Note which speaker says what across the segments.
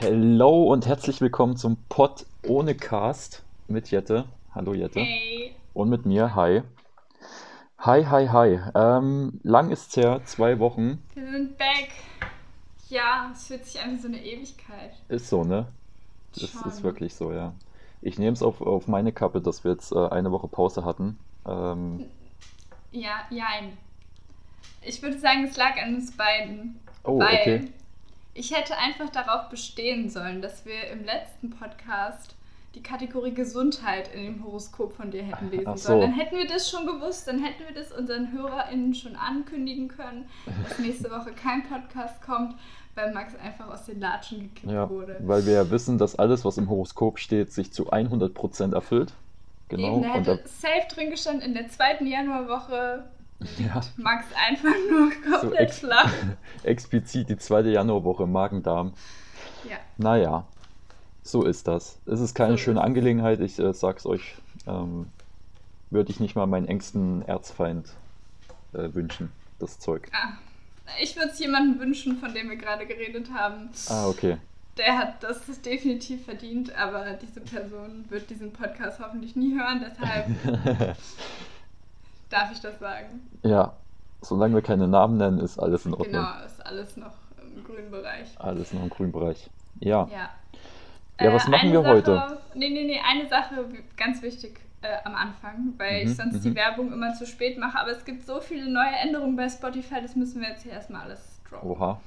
Speaker 1: Hello und herzlich willkommen zum Pod ohne Cast mit Jette. Hallo Jette.
Speaker 2: Hey.
Speaker 1: Und mit mir, hi. Hi, hi, hi. Ähm, lang ist's her, zwei Wochen.
Speaker 2: Wir sind back. Ja, es fühlt sich an wie so eine Ewigkeit.
Speaker 1: Ist so, ne? Das
Speaker 2: Schade.
Speaker 1: ist wirklich so, ja. Ich nehme es auf, auf meine Kappe, dass wir jetzt äh, eine Woche Pause hatten. Ähm,
Speaker 2: Ja, jein. Ich würde sagen, es lag an uns beiden.
Speaker 1: oh,
Speaker 2: weil
Speaker 1: okay.
Speaker 2: ich hätte einfach darauf bestehen sollen, dass wir im letzten Podcast die Kategorie Gesundheit in dem Horoskop von dir hätten lesen
Speaker 1: Ach so.
Speaker 2: sollen. Dann hätten wir das schon gewusst, dann hätten wir das unseren HörerInnen schon ankündigen können, dass nächste Woche kein Podcast kommt, weil Max einfach aus den Latschen gekippt
Speaker 1: Ja,
Speaker 2: wurde.
Speaker 1: weil wir ja wissen, dass alles, was im Horoskop steht, sich zu 100% erfüllt. Genau.
Speaker 2: Eben, ne, da
Speaker 1: Und da,
Speaker 2: hätte safe drin gestanden, in der zweiten Januarwoche
Speaker 1: ja,
Speaker 2: Max einfach nur komplett
Speaker 1: ex-
Speaker 2: flach.
Speaker 1: explizit die zweite Januarwoche Magen-Darm.
Speaker 2: Ja,
Speaker 1: Naja, so ist das. Es ist keine
Speaker 2: So ist
Speaker 1: schöne
Speaker 2: es.
Speaker 1: Angelegenheit, ich äh, sag's euch. Ähm, würde ich nicht mal meinen engsten Erzfeind äh, wünschen, das Zeug.
Speaker 2: ah. ich würde es jemandem wünschen, von dem wir gerade geredet haben.
Speaker 1: Ah, okay.
Speaker 2: Der hat das definitiv verdient, aber diese Person wird diesen Podcast hoffentlich nie hören, deshalb darf ich das sagen.
Speaker 1: Ja, solange wir keine Namen nennen, ist alles in Ordnung.
Speaker 2: Genau, ist alles noch im grünen Bereich.
Speaker 1: Alles noch im grünen Bereich. Ja,
Speaker 2: Ja. Äh,
Speaker 1: Ja, was machen
Speaker 2: eine
Speaker 1: wir
Speaker 2: Sache,
Speaker 1: heute?
Speaker 2: Nee, nee, nee, eine Sache wie- ganz wichtig äh, am Anfang, weil
Speaker 1: Mhm,
Speaker 2: ich sonst
Speaker 1: mhm.
Speaker 2: die Werbung immer zu spät mache. Aber es gibt so viele neue Änderungen bei Spotify, das müssen wir jetzt hier erstmal alles droppen.
Speaker 1: oha.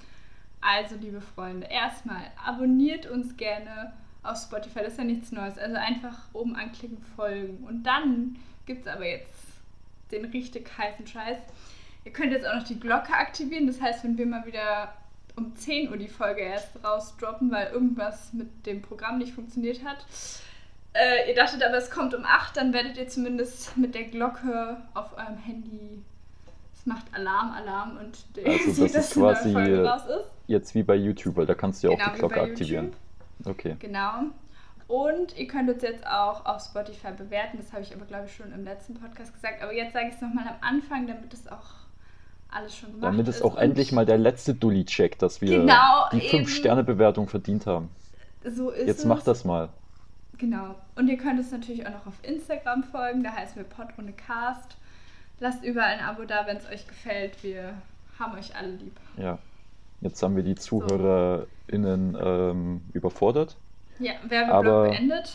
Speaker 2: Also, liebe Freunde, erstmal abonniert uns gerne auf Spotify, das ist ja nichts Neues. Also einfach oben anklicken, folgen. Und dann gibt es aber jetzt den richtig heißen Scheiß. Ihr könnt jetzt auch noch die Glocke aktivieren, das heißt, wenn wir mal wieder um 10 Uhr die Folge erst rausdroppen, weil irgendwas mit dem Programm nicht funktioniert hat. Äh, ihr dachtet aber, es kommt um 8, dann werdet ihr zumindest mit der Glocke auf eurem Handy. Es macht Alarm, Alarm und der
Speaker 1: Also, das ist
Speaker 2: die neue
Speaker 1: quasi,
Speaker 2: Folge
Speaker 1: äh,
Speaker 2: raus ist.
Speaker 1: Jetzt wie bei YouTube, weil da kannst du ja auch
Speaker 2: Genau,
Speaker 1: die
Speaker 2: wie
Speaker 1: Glocke
Speaker 2: bei
Speaker 1: aktivieren.
Speaker 2: YouTube.
Speaker 1: Okay.
Speaker 2: Genau. Und ihr könnt uns jetzt auch auf Spotify bewerten. Das habe ich aber, glaube ich, schon im letzten Podcast gesagt. Aber jetzt sage ich es nochmal am Anfang, damit das auch alles schon gemacht
Speaker 1: Damit
Speaker 2: ist.
Speaker 1: es auch
Speaker 2: Und
Speaker 1: endlich mal der letzte Dulli-Check, dass wir
Speaker 2: Genau,
Speaker 1: die
Speaker 2: eben.
Speaker 1: 5-Sterne-Bewertung verdient haben.
Speaker 2: So ist
Speaker 1: Jetzt
Speaker 2: es.
Speaker 1: mach das mal.
Speaker 2: Genau. Und ihr könnt uns natürlich auch noch auf Instagram folgen. Da heißen wir Pod ohne Cast. Lasst überall ein Abo da, wenn es euch gefällt. Wir haben euch alle lieb.
Speaker 1: Ja. Jetzt haben wir die ZuhörerInnen ähm, überfordert.
Speaker 2: Ja, Werbeblock
Speaker 1: Aber-
Speaker 2: beendet.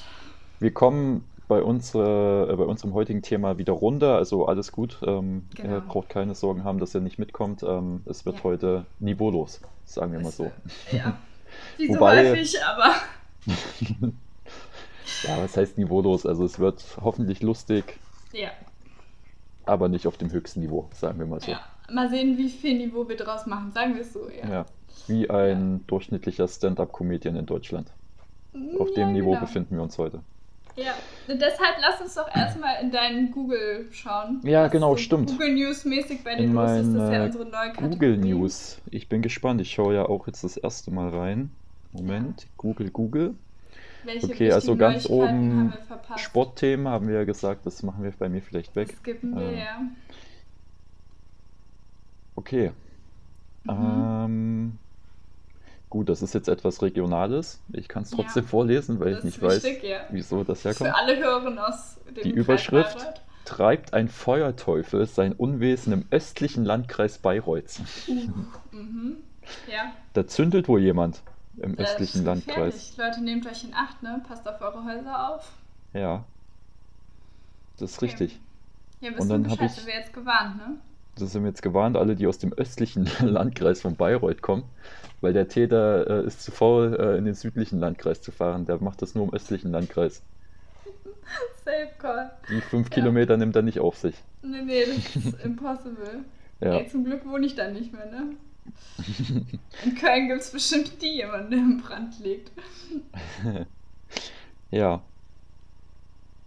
Speaker 1: Wir kommen bei, unsere, äh, bei unserem heutigen Thema wieder runter, also alles gut. Ähm,
Speaker 2: Genau.
Speaker 1: Ihr braucht keine Sorgen haben, dass ihr nicht mitkommt. Ähm, es wird
Speaker 2: Ja.
Speaker 1: heute niveaulos, sagen wir mal so.
Speaker 2: Ja. Wie so
Speaker 1: Wobei-
Speaker 2: häufig, aber.
Speaker 1: Ja, was heißt niveaulos? Also es wird hoffentlich lustig,
Speaker 2: Ja.
Speaker 1: aber nicht auf dem höchsten Niveau, sagen wir mal so.
Speaker 2: ja. Mal sehen, wie viel Niveau wir draus machen. Sagen wir es so, ja.
Speaker 1: Ja. Wie ein durchschnittlicher Stand-up-Comedian in Deutschland. Auf dem Niveau
Speaker 2: genau.
Speaker 1: befinden wir uns heute.
Speaker 2: Mm, Ja, und deshalb lass uns doch erstmal in deinen Google schauen.
Speaker 1: Ja,
Speaker 2: Was
Speaker 1: genau,
Speaker 2: so
Speaker 1: stimmt.
Speaker 2: Google News mäßig bei dir
Speaker 1: In
Speaker 2: los ist, das ist
Speaker 1: mein,
Speaker 2: ja
Speaker 1: äh,
Speaker 2: unsere neue Kategorie.
Speaker 1: Google News. Ich bin gespannt. Ich schaue ja auch jetzt das erste Mal rein. Moment, Google, Google.
Speaker 2: Welche
Speaker 1: Okay, also
Speaker 2: wichtigen
Speaker 1: ganz
Speaker 2: Neuigkeiten
Speaker 1: oben
Speaker 2: haben wir verpasst?
Speaker 1: Sportthemen haben wir ja gesagt, das machen wir bei mir vielleicht weg.
Speaker 2: Das skippen wir,
Speaker 1: Äh,
Speaker 2: ja.
Speaker 1: Okay. Ah,
Speaker 2: Mhm.
Speaker 1: Ähm, gut, das ist jetzt etwas Regionales. Ich kann es
Speaker 2: Ja.
Speaker 1: trotzdem vorlesen, weil
Speaker 2: das
Speaker 1: ich nicht
Speaker 2: ist
Speaker 1: weiß,
Speaker 2: wichtig, ja.
Speaker 1: wieso das herkommt.
Speaker 2: Für alle Hörerinnen aus dem
Speaker 1: Die
Speaker 2: Kreis
Speaker 1: Überschrift?
Speaker 2: Bayreuth.
Speaker 1: Treibt ein Feuerteufel sein Unwesen im östlichen Landkreis Bayreuths.
Speaker 2: Mhm. Ja,
Speaker 1: Da zündelt wohl jemand im
Speaker 2: das
Speaker 1: östlichen
Speaker 2: ist
Speaker 1: Landkreis.
Speaker 2: gefährlich. Leute, nehmt euch in Acht, ne? Passt auf eure Häuser auf.
Speaker 1: Ja. Das ist
Speaker 2: Okay.
Speaker 1: richtig.
Speaker 2: Ja,
Speaker 1: Und
Speaker 2: wissen
Speaker 1: dann
Speaker 2: wir
Speaker 1: hab
Speaker 2: Bescheid,
Speaker 1: ich-
Speaker 2: sind wir jetzt gewarnt, ne?
Speaker 1: Das sind wir jetzt gewarnt, alle, die aus dem östlichen Landkreis von Bayreuth kommen, weil der Täter äh, ist zu faul, äh, in den südlichen Landkreis zu fahren. Der macht das nur im östlichen Landkreis.
Speaker 2: Safe Call.
Speaker 1: Die fünf
Speaker 2: Ja.
Speaker 1: Kilometer nimmt er nicht auf sich.
Speaker 2: Nee, nee, das ist impossible.
Speaker 1: Ja,
Speaker 2: Ey, zum Glück wohne ich da nicht mehr, ne? In Köln gibt es bestimmt die jemanden, der im Brand liegt.
Speaker 1: ja.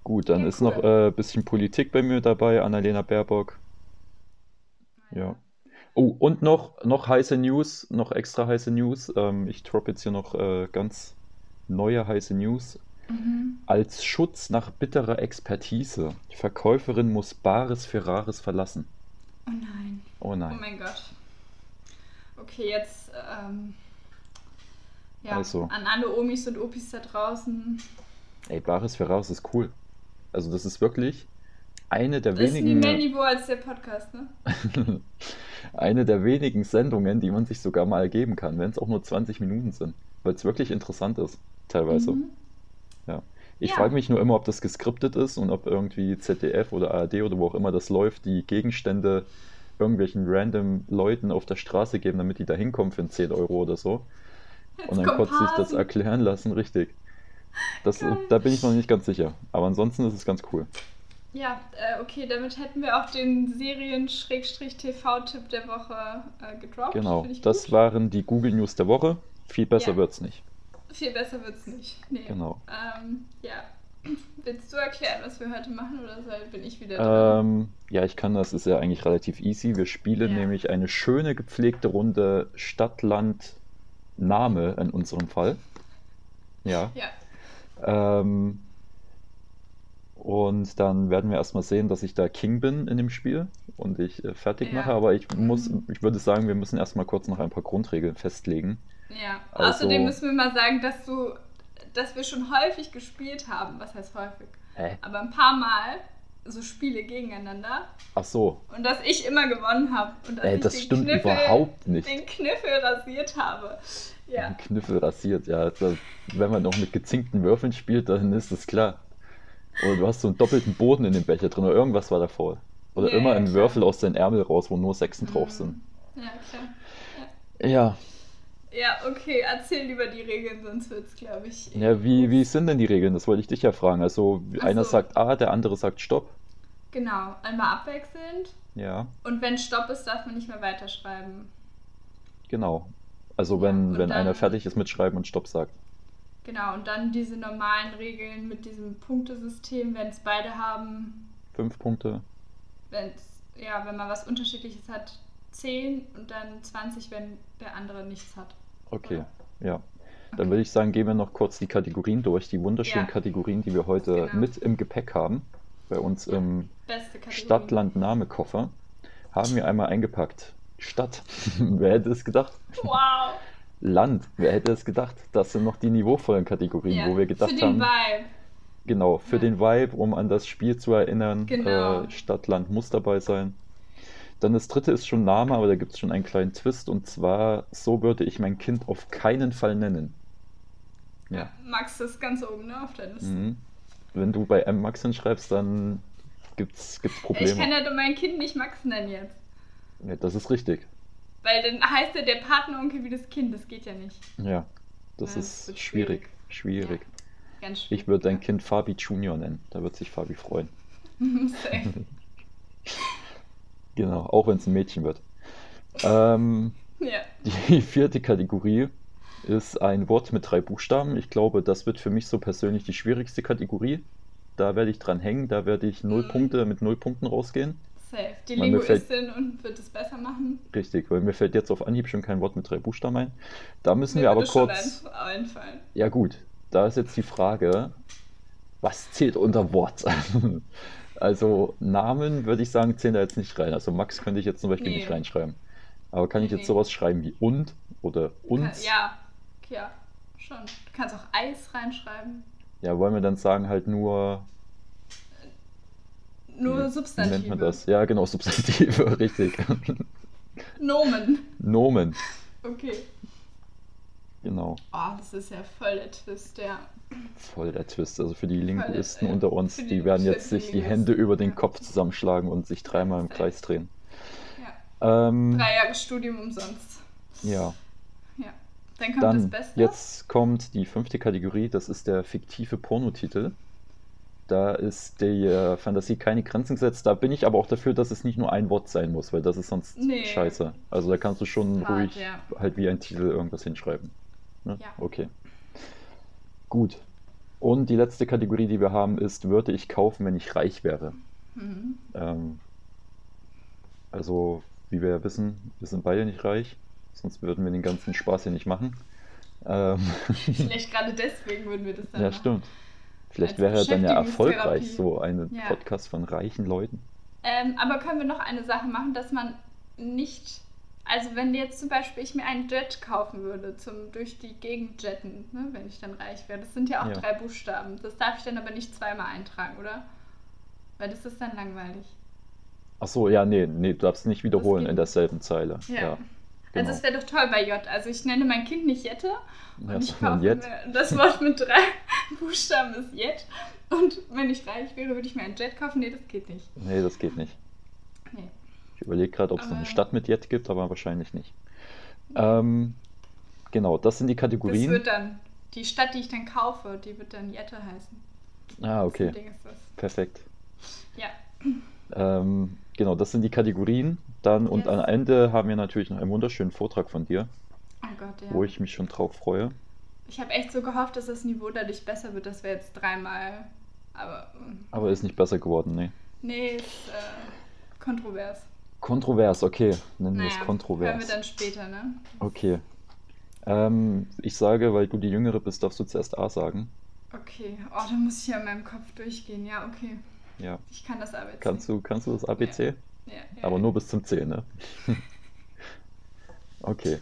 Speaker 1: Gut, dann
Speaker 2: Ja,
Speaker 1: ist
Speaker 2: cool.
Speaker 1: noch ein äh, bisschen Politik bei mir dabei, Annalena Baerbock. Ja. Oh, und noch, noch heiße News, noch extra heiße News. Ähm, ich drop jetzt hier noch äh, ganz neue heiße News.
Speaker 2: Mhm.
Speaker 1: Als Schutz nach bitterer Expertise. Die Verkäuferin muss Bares für Rares verlassen.
Speaker 2: Oh nein.
Speaker 1: Oh
Speaker 2: Oh
Speaker 1: nein.
Speaker 2: mein Gott. Okay, jetzt ähm, Ja,
Speaker 1: Also.
Speaker 2: an alle Omis und Opis da draußen.
Speaker 1: Ey, Bares Ferraris ist cool. Also das ist wirklich eine der
Speaker 2: Das ist nie
Speaker 1: wenigen,
Speaker 2: mehr Niveau als der Podcast, ne?
Speaker 1: eine der wenigen Sendungen, die man sich sogar mal geben kann, wenn es auch nur 20 Minuten sind, weil es wirklich interessant ist, teilweise.
Speaker 2: Mhm.
Speaker 1: Ich
Speaker 2: Ja.
Speaker 1: frage mich nur immer, ob das geskriptet ist und ob irgendwie ZDF oder ARD oder wo auch immer das läuft, die Gegenstände irgendwelchen random Leuten auf der Straße geben, damit die da hinkommen für 10 Euro oder so. Und dann kurz
Speaker 2: kommt
Speaker 1: sich das
Speaker 2: Hasen.
Speaker 1: erklären lassen, richtig. Das,
Speaker 2: Geil.
Speaker 1: da bin ich noch nicht ganz sicher. Aber ansonsten ist es ganz cool.
Speaker 2: Ja, äh, okay, damit hätten wir auch den Serien-TV-Tipp der Woche äh, gedroppt.
Speaker 1: Genau.
Speaker 2: Finde ich
Speaker 1: Das
Speaker 2: gut.
Speaker 1: waren die Google News der Woche. Viel besser
Speaker 2: Ja.
Speaker 1: wird's nicht.
Speaker 2: Viel besser wird's nicht. Nee.
Speaker 1: Genau.
Speaker 2: Ähm, ja. Willst du erklären, was wir heute machen oder soll, bin ich wieder dran?
Speaker 1: Ähm, ja, ich kann das, ist ja eigentlich relativ easy. Wir spielen
Speaker 2: Ja.
Speaker 1: nämlich eine schöne gepflegte Runde Stadt, Land, Name in unserem Fall. Ja.
Speaker 2: Ja.
Speaker 1: Ähm, und dann werden wir erstmal sehen, dass ich da King bin in dem Spiel und ich äh, fertig
Speaker 2: Ja.
Speaker 1: mache. Aber ich muss,
Speaker 2: Mhm.
Speaker 1: ich würde sagen, wir müssen erstmal kurz noch ein paar Grundregeln festlegen.
Speaker 2: Ja.
Speaker 1: also-
Speaker 2: Außerdem müssen wir mal sagen, dass du, dass wir schon häufig gespielt haben. Was heißt häufig?
Speaker 1: Hä?
Speaker 2: Aber ein paar Mal so Spiele gegeneinander
Speaker 1: Ach so,
Speaker 2: und dass ich immer gewonnen habe und dass
Speaker 1: ey,
Speaker 2: ich
Speaker 1: das
Speaker 2: den
Speaker 1: stimmt
Speaker 2: Kniffel,
Speaker 1: überhaupt nicht.
Speaker 2: den Kniffel rasiert habe. Ja.
Speaker 1: Ein Kniffel rasiert, ja. Da, wenn man noch mit gezinkten Würfeln spielt, dann ist das klar. Oder du hast so einen doppelten Boden in dem Becher drin oder irgendwas war da faul. Oder
Speaker 2: Ja,
Speaker 1: immer
Speaker 2: ja,
Speaker 1: ein
Speaker 2: klar. Mhm.
Speaker 1: Würfel aus den Ärmel raus, wo nur Sechsen drauf sind.
Speaker 2: Ja, klar.
Speaker 1: Ja,
Speaker 2: Ja, okay, erzähl lieber die Regeln, sonst wird's, glaube ich.
Speaker 1: ja wie, wie sind denn die Regeln? Das wollte ich dich ja fragen. Also
Speaker 2: Ach
Speaker 1: einer
Speaker 2: so.
Speaker 1: sagt A, der andere sagt Stopp.
Speaker 2: Genau, einmal abwechselnd.
Speaker 1: Ja,
Speaker 2: Und wenn Stopp ist, darf man nicht mehr weiterschreiben.
Speaker 1: genau. Also
Speaker 2: Ja,
Speaker 1: wenn,
Speaker 2: und
Speaker 1: wenn einer
Speaker 2: dann-
Speaker 1: fertig ist mit Schreiben und Stopp sagt.
Speaker 2: Genau, und dann diese normalen Regeln mit diesem Punktesystem, wenn es beide haben,
Speaker 1: Fünf Punkte.
Speaker 2: wenn's, ja, wenn man was Unterschiedliches hat, 10 und dann 20, wenn der andere nichts hat.
Speaker 1: Okay, ja.
Speaker 2: Okay.
Speaker 1: Dann würde ich sagen, gehen wir noch kurz die Kategorien durch, die wunderschönen
Speaker 2: Ja.
Speaker 1: Kategorien, die wir heute
Speaker 2: Genau.
Speaker 1: mit im Gepäck haben. Bei uns im
Speaker 2: Beste Kategorie.
Speaker 1: Stadt, Land, Name Koffer haben wir einmal eingepackt. Stadt, wer hätte es gedacht?
Speaker 2: Wow!
Speaker 1: Land, wer hätte es gedacht? Das sind noch die niveauvollen Kategorien,
Speaker 2: Ja,
Speaker 1: wo wir gedacht
Speaker 2: Für
Speaker 1: haben,
Speaker 2: den Vibe.
Speaker 1: genau, für
Speaker 2: Ja.
Speaker 1: den Vibe, um an das Spiel zu erinnern,
Speaker 2: Genau.
Speaker 1: äh, Stadt, Land muss dabei sein. Dann das dritte ist schon Name, aber da gibt es schon einen kleinen Twist und zwar, so würde ich mein Kind auf keinen Fall nennen. Ja.
Speaker 2: Max ist ganz oben, ne, auf der Liste.
Speaker 1: Mhm. Wenn du bei M Max hinschreibst, dann gibt's, gibt's
Speaker 2: Ich kann
Speaker 1: Probleme.
Speaker 2: ja mein Kind nicht Max nennen jetzt.
Speaker 1: Ja, das ist richtig.
Speaker 2: Weil dann heißt er der Partneronkel wie das Kind. Das geht ja nicht.
Speaker 1: Ja, das
Speaker 2: Ja, das
Speaker 1: ist
Speaker 2: wird
Speaker 1: schwierig. Schwierig.
Speaker 2: Ganz schön.
Speaker 1: Ich würde dein Kind Fabi Junior nennen. Da wird sich Fabi freuen. Genau, auch wenn es ein Mädchen wird. Ähm,
Speaker 2: ja.
Speaker 1: die vierte Kategorie ist ein Wort mit drei Buchstaben. Ich glaube, das wird für mich so persönlich die schwierigste Kategorie. Da werde ich dran hängen. Da werde ich null
Speaker 2: Mhm.
Speaker 1: Punkte mit null Punkten rausgehen.
Speaker 2: Safe. Die
Speaker 1: Man, mir fällt-
Speaker 2: Linguistin und wird es besser machen.
Speaker 1: Richtig, weil mir fällt jetzt auf Anhieb schon kein Wort mit drei Buchstaben ein. Da müssen
Speaker 2: Mir
Speaker 1: wir aber
Speaker 2: würde schon
Speaker 1: kurz.
Speaker 2: eins einfallen.
Speaker 1: Ja gut, da ist jetzt die Frage, was zählt unter Wort? Also Namen würde ich sagen, zählen da jetzt nicht rein. Also Max könnte ich jetzt zum Beispiel
Speaker 2: Nee.
Speaker 1: nicht reinschreiben. Aber kann ich
Speaker 2: Nee,
Speaker 1: jetzt
Speaker 2: nee.
Speaker 1: sowas schreiben wie und oder uns?
Speaker 2: Ja, ja, schon. Du kannst auch Eis reinschreiben.
Speaker 1: Ja, wollen wir dann sagen halt nur,
Speaker 2: Nur
Speaker 1: wie
Speaker 2: Substantive.
Speaker 1: nennt man das? Ja, genau, Substantive, richtig.
Speaker 2: Nomen.
Speaker 1: Nomen,
Speaker 2: Okay.
Speaker 1: genau.
Speaker 2: Oh, das ist ja voll der Twist, ja.
Speaker 1: Voll der Twist. Also für die Linguisten
Speaker 2: ja.
Speaker 1: unter uns,
Speaker 2: Für
Speaker 1: die
Speaker 2: die
Speaker 1: werden
Speaker 2: Lingu-
Speaker 1: jetzt
Speaker 2: für die
Speaker 1: sich die
Speaker 2: Linguisten,
Speaker 1: Hände über den
Speaker 2: ja.
Speaker 1: Kopf zusammenschlagen und sich dreimal im
Speaker 2: Safe.
Speaker 1: Kreis drehen.
Speaker 2: ja.
Speaker 1: Ähm,
Speaker 2: Drei Jahre Studium umsonst.
Speaker 1: ja.
Speaker 2: Ja. Dann kommt das
Speaker 1: Dann,
Speaker 2: Beste.
Speaker 1: jetzt kommt die fünfte Kategorie, das ist der fiktive Pornotitel. Da ist der Fantasie keine Grenzen gesetzt. Da bin ich aber auch dafür, dass es nicht nur ein Wort sein muss, weil das ist sonst
Speaker 2: Nee.
Speaker 1: scheiße. Also da kannst du schon
Speaker 2: Hart,
Speaker 1: ruhig
Speaker 2: ja.
Speaker 1: halt wie ein Titel irgendwas hinschreiben. Ne?
Speaker 2: Ja.
Speaker 1: Okay. Gut. Und die letzte Kategorie, die wir haben, ist, würde ich kaufen, wenn ich reich wäre.
Speaker 2: Mhm.
Speaker 1: Ähm, also, wie wir ja wissen, wir sind beide nicht reich, sonst würden wir den ganzen Spaß hier nicht machen. Ähm,
Speaker 2: Vielleicht gerade deswegen würden wir das dann
Speaker 1: ja,
Speaker 2: machen.
Speaker 1: stimmt. Vielleicht
Speaker 2: Als
Speaker 1: wäre er dann ja erfolgreich,
Speaker 2: Also Beschäftigungstherapie.
Speaker 1: so ein
Speaker 2: Ja.
Speaker 1: Podcast von reichen Leuten.
Speaker 2: Ähm, aber können wir noch eine Sache machen, dass man nicht Also wenn jetzt zum Beispiel ich mir einen Jet kaufen würde, zum durch die Gegend jetten, ne, wenn ich dann reich wäre, das sind ja auch
Speaker 1: Ja.
Speaker 2: drei Buchstaben. Das darf ich dann aber nicht zweimal eintragen, oder? Weil das ist dann langweilig.
Speaker 1: Ach so, ja, nee, nee, du darfst nicht wiederholen
Speaker 2: geht
Speaker 1: in derselben Zeile.
Speaker 2: Ja.
Speaker 1: Ja, genau.
Speaker 2: Also es wäre doch toll bei J. Also ich nenne mein Kind nicht Jette
Speaker 1: Ja,
Speaker 2: und ich
Speaker 1: sondern
Speaker 2: kaufe
Speaker 1: jetzt.
Speaker 2: mir das Wort mit drei Buchstaben ist Jet. Und wenn ich reich wäre, würde ich mir einen Jet kaufen. Nee, das geht nicht.
Speaker 1: Nee, das geht nicht.
Speaker 2: Nee.
Speaker 1: Ich überlege gerade, ob es noch eine
Speaker 2: Aber-
Speaker 1: Stadt mit Jet gibt, aber wahrscheinlich nicht. Ähm, genau, das sind die
Speaker 2: Das
Speaker 1: Kategorien.
Speaker 2: wird dann, die Stadt, die ich dann kaufe, die wird dann Jette heißen.
Speaker 1: Ah, okay,
Speaker 2: Das Ding ist das.
Speaker 1: perfekt.
Speaker 2: Ja.
Speaker 1: Ähm, genau, das sind die Kategorien. Dann und
Speaker 2: Yes.
Speaker 1: am Ende haben wir natürlich noch einen wunderschönen Vortrag von dir,
Speaker 2: Oh Gott, ja.
Speaker 1: wo ich mich schon drauf freue.
Speaker 2: Ich habe echt so gehofft, dass das Niveau dadurch besser wird, dass wir jetzt dreimal. Aber mm,
Speaker 1: Aber ist nicht besser geworden, nee.
Speaker 2: nee, ist äh, kontrovers.
Speaker 1: Kontrovers, okay, nennen wir es
Speaker 2: Hören wir
Speaker 1: kontrovers.
Speaker 2: dann später, ne?
Speaker 1: Okay. Ähm, ich sage, weil du die Jüngere bist, darfst du zuerst A sagen.
Speaker 2: Okay. Oh, da muss ich ja in meinem Kopf durchgehen. Ja, okay.
Speaker 1: Ja.
Speaker 2: Ich kann das aber jetzt.
Speaker 1: Kannst du, kannst du das ABC?
Speaker 2: nicht. Ja, ja.
Speaker 1: Aber nur bis zum C, ne? Okay.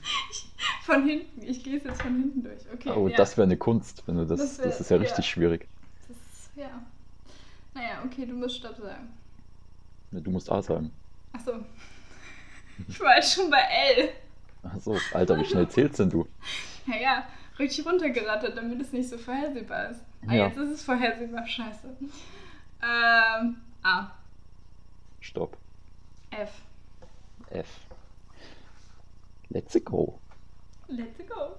Speaker 2: Von hinten. Ich gehe es jetzt von hinten durch. Okay.
Speaker 1: Oh,
Speaker 2: ja.
Speaker 1: das wäre eine Kunst, wenn du das. Das,
Speaker 2: Das wär-
Speaker 1: ist ja
Speaker 2: ja.
Speaker 1: richtig schwierig.
Speaker 2: das. ist- Ja. Naja, okay, du musst Stopp sagen.
Speaker 1: Du musst A sagen.
Speaker 2: Achso. Ich war jetzt schon bei L.
Speaker 1: Achso, Alter, wie schnell zählst denn du?
Speaker 2: Naja, richtig runtergerattert, damit es nicht so vorhersehbar ist. Ah,
Speaker 1: Ja.
Speaker 2: jetzt ist es vorhersehbar, scheiße. Ähm, A,
Speaker 1: Stopp.
Speaker 2: F.
Speaker 1: F. Let's go.
Speaker 2: Let's go.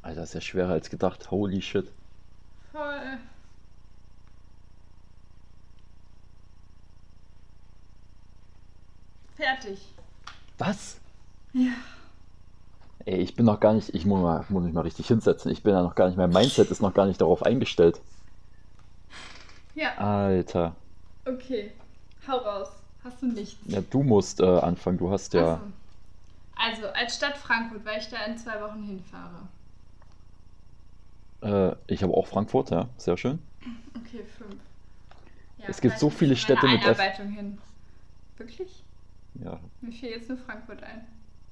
Speaker 1: Alter, ist ja schwerer als gedacht. Holy shit.
Speaker 2: Voll. Fertig.
Speaker 1: Was?
Speaker 2: Ja.
Speaker 1: Ey, ich bin noch gar nicht. Ich muss, mal, muss mich mal richtig hinsetzen. Ich bin ja noch gar nicht. Mein Mindset ist noch gar nicht darauf eingestellt.
Speaker 2: Ja,
Speaker 1: Alter.
Speaker 2: okay. Hau raus. Hast du nichts.
Speaker 1: Ja, du musst äh, anfangen. Du hast ja.
Speaker 2: Achso. Also, als Stadt Frankfurt, weil ich da in zwei Wochen hinfahre.
Speaker 1: Äh, ich habe auch Frankfurt, ja. Sehr schön.
Speaker 2: Okay, fünf. Ja,
Speaker 1: Es gibt
Speaker 2: weiß
Speaker 1: so
Speaker 2: nicht,
Speaker 1: viele
Speaker 2: ich bin
Speaker 1: Städte
Speaker 2: meiner
Speaker 1: mit F.
Speaker 2: Einarbeitung hin. Wirklich?
Speaker 1: Ja,
Speaker 2: Mir fiel jetzt nur Frankfurt ein.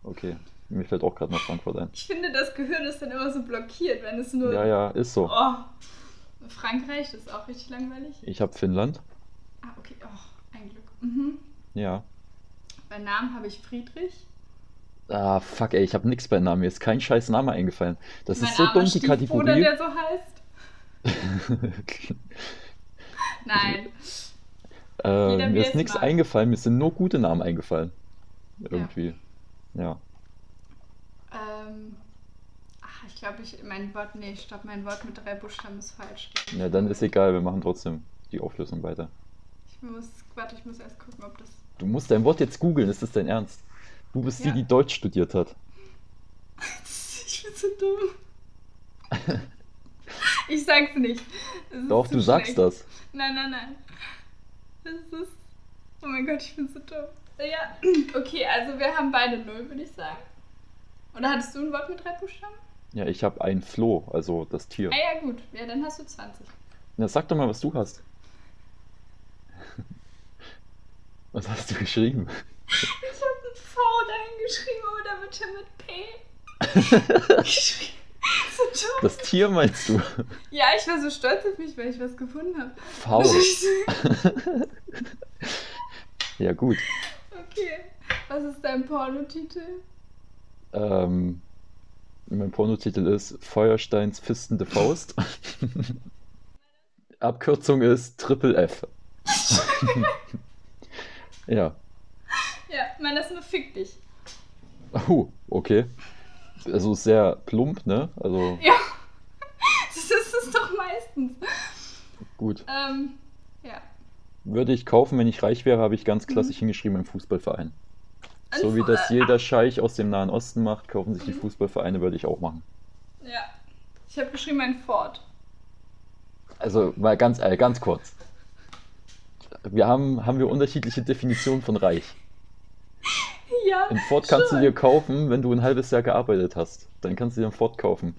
Speaker 1: okay. Mir fällt auch gerade noch Frankfurt ein.
Speaker 2: Ich finde, das Gehirn ist dann immer so blockiert, wenn es nur.
Speaker 1: Ja, ja, ist so.
Speaker 2: Oh. Frankreich, das ist auch richtig langweilig.
Speaker 1: Ich habe Finnland.
Speaker 2: Ah, okay. Oh, ein Glück. Mhm.
Speaker 1: Ja.
Speaker 2: Bei Namen habe ich Friedrich.
Speaker 1: Ah, fuck, ey, ich habe nichts bei Namen. Mir ist kein scheiß Name eingefallen. Das
Speaker 2: mein
Speaker 1: ist so
Speaker 2: armer
Speaker 1: dumm, die
Speaker 2: Stiefbruder,
Speaker 1: Kategorie.
Speaker 2: der so heißt. Nein.
Speaker 1: äh,
Speaker 2: Jeder, wie
Speaker 1: mir ist
Speaker 2: es
Speaker 1: nichts
Speaker 2: mag.
Speaker 1: eingefallen. Mir sind nur gute Namen eingefallen. Irgendwie. Ja.
Speaker 2: Ähm. Ach, ich glaube, ich. Mein Wort. Nee, stopp, mein Wort mit drei Buchstaben ist falsch.
Speaker 1: Ja, dann ist egal. Wir machen trotzdem die Auflösung weiter.
Speaker 2: Ich muss. Warte, ich muss erst gucken, ob das.
Speaker 1: Du musst dein Wort jetzt googeln. Ist das dein Ernst? Du bist die,
Speaker 2: Ja.
Speaker 1: die Deutsch studiert hat.
Speaker 2: Ich bin so dumm. Ich sag's nicht. Es ist
Speaker 1: Doch,
Speaker 2: zu
Speaker 1: du sagst
Speaker 2: schlecht.
Speaker 1: das.
Speaker 2: Nein, nein, nein. Es ist. Oh mein Gott, ich bin so dumm. Ja, okay, also wir haben beide null, würde ich sagen. Oder hattest du ein Wort mit drei Buchstaben?
Speaker 1: Ja, ich habe ein Floh, also das Tier.
Speaker 2: Ah ja, gut. Ja, dann hast du 20.
Speaker 1: Na, sag doch mal, was du hast. Was hast du geschrieben?
Speaker 2: Ich hab ein V dahin geschrieben, aber da wird ja mit P geschrieben. So dumm.
Speaker 1: Das Tier meinst du?
Speaker 2: Ja, ich war so stolz auf mich, weil ich was gefunden habe.
Speaker 1: V. Ja, gut.
Speaker 2: Okay. Was ist dein Pornotitel?
Speaker 1: Ähm, mein Pornotitel ist Feuersteins fistende Faust. Abkürzung ist Triple F. Ja.
Speaker 2: Ja, man, das nur fick dich.
Speaker 1: Oh, okay. Also sehr plump, ne? Also
Speaker 2: Ja. Das ist es doch meistens.
Speaker 1: gut.
Speaker 2: Ähm, ja.
Speaker 1: Würde ich kaufen, wenn ich reich wäre, habe ich ganz klassisch hingeschrieben im Fußballverein. So wie das jeder Scheich aus dem Nahen Osten macht, kaufen sich die
Speaker 2: Mhm.
Speaker 1: Fußballvereine, würde ich auch machen.
Speaker 2: Ja. Ich habe geschrieben ein Ford.
Speaker 1: Also mal ganz, äh, ganz kurz. Wir haben, haben wir unterschiedliche Definitionen von reich.
Speaker 2: Ja,
Speaker 1: Ein Ford kannst
Speaker 2: schon.
Speaker 1: du dir kaufen, wenn du ein halbes Jahr gearbeitet hast. Dann kannst du dir einen Ford kaufen.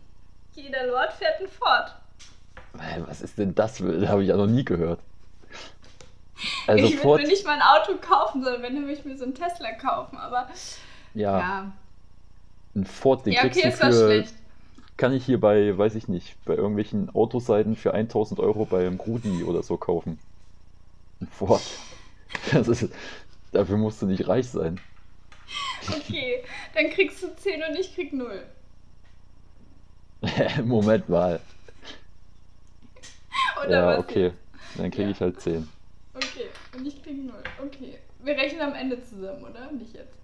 Speaker 2: Jeder Lord fährt einen Ford.
Speaker 1: Hä, Was ist denn das? Das habe ich ja noch nie gehört. Also
Speaker 2: ich
Speaker 1: Ford,
Speaker 2: würde mir nicht mal ein Auto kaufen, sondern wenn, dann würde ich mir so einen Tesla kaufen. Aber
Speaker 1: ja,
Speaker 2: ja.
Speaker 1: ein Ford, den
Speaker 2: Ja,
Speaker 1: kriegst
Speaker 2: okay, es
Speaker 1: du
Speaker 2: war
Speaker 1: für,
Speaker 2: schlecht.
Speaker 1: kann ich hier bei, weiß ich nicht, bei irgendwelchen Autoseiten für 1000 Euro beim Rudi oder so kaufen. Ein Ford. Das ist, dafür musst du nicht reich sein.
Speaker 2: Okay, dann kriegst du 10 und ich krieg 0.
Speaker 1: Moment mal.
Speaker 2: Oder
Speaker 1: Ja,
Speaker 2: was
Speaker 1: okay. Dann kriege
Speaker 2: Ja.
Speaker 1: ich halt 10.
Speaker 2: jetzt? Okay, und ich krieg 0. Okay. Wir rechnen am Ende zusammen, oder? Nicht jetzt.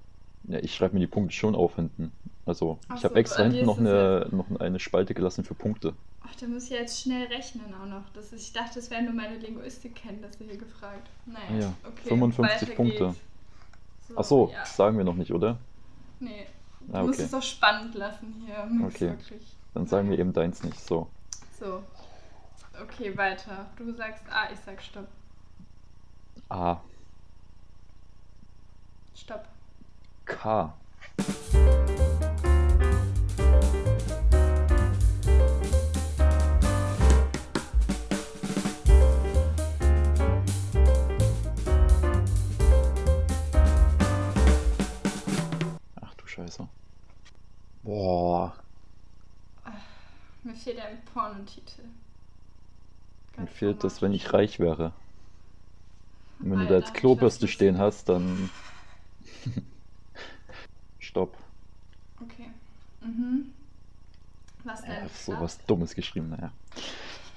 Speaker 1: Ja, ich schreibe mir die Punkte schon auf hinten. Also,
Speaker 2: Ach
Speaker 1: ich
Speaker 2: so,
Speaker 1: habe extra
Speaker 2: bei dir
Speaker 1: hinten noch
Speaker 2: ist es
Speaker 1: eine, noch eine Spalte gelassen für Punkte.
Speaker 2: Ach, da muss ich ja jetzt schnell rechnen auch noch. Das ist, ich dachte, das wären nur meine Linguistikkenntnisse hier gefragt. Naja,
Speaker 1: Ja,
Speaker 2: okay.
Speaker 1: 55
Speaker 2: weiter
Speaker 1: Punkte.
Speaker 2: geht's. So,
Speaker 1: Ach so,
Speaker 2: Oh, Ja.
Speaker 1: das sagen wir noch nicht, oder?
Speaker 2: Nee, du
Speaker 1: Ah,
Speaker 2: musst
Speaker 1: okay.
Speaker 2: es doch spannend lassen hier. Max,
Speaker 1: Okay.
Speaker 2: Wirklich.
Speaker 1: Dann sagen wir eben deins nicht. So.
Speaker 2: So. Okay, weiter. Du sagst A, ich sag Stopp.
Speaker 1: A.
Speaker 2: Stopp.
Speaker 1: K. Ach du Scheiße. Boah,
Speaker 2: Mir fehlt ein Pornotitel.
Speaker 1: mir
Speaker 2: Ganz
Speaker 1: fehlt das,
Speaker 2: dramatisch.
Speaker 1: wenn ich reich wäre. Und wenn du da
Speaker 2: Alter,
Speaker 1: jetzt Klobürste
Speaker 2: ich
Speaker 1: stehen hast, dann. Stopp.
Speaker 2: Okay. Mhm. Was denn?
Speaker 1: Ja, Äh, so was Dummes geschrieben, naja.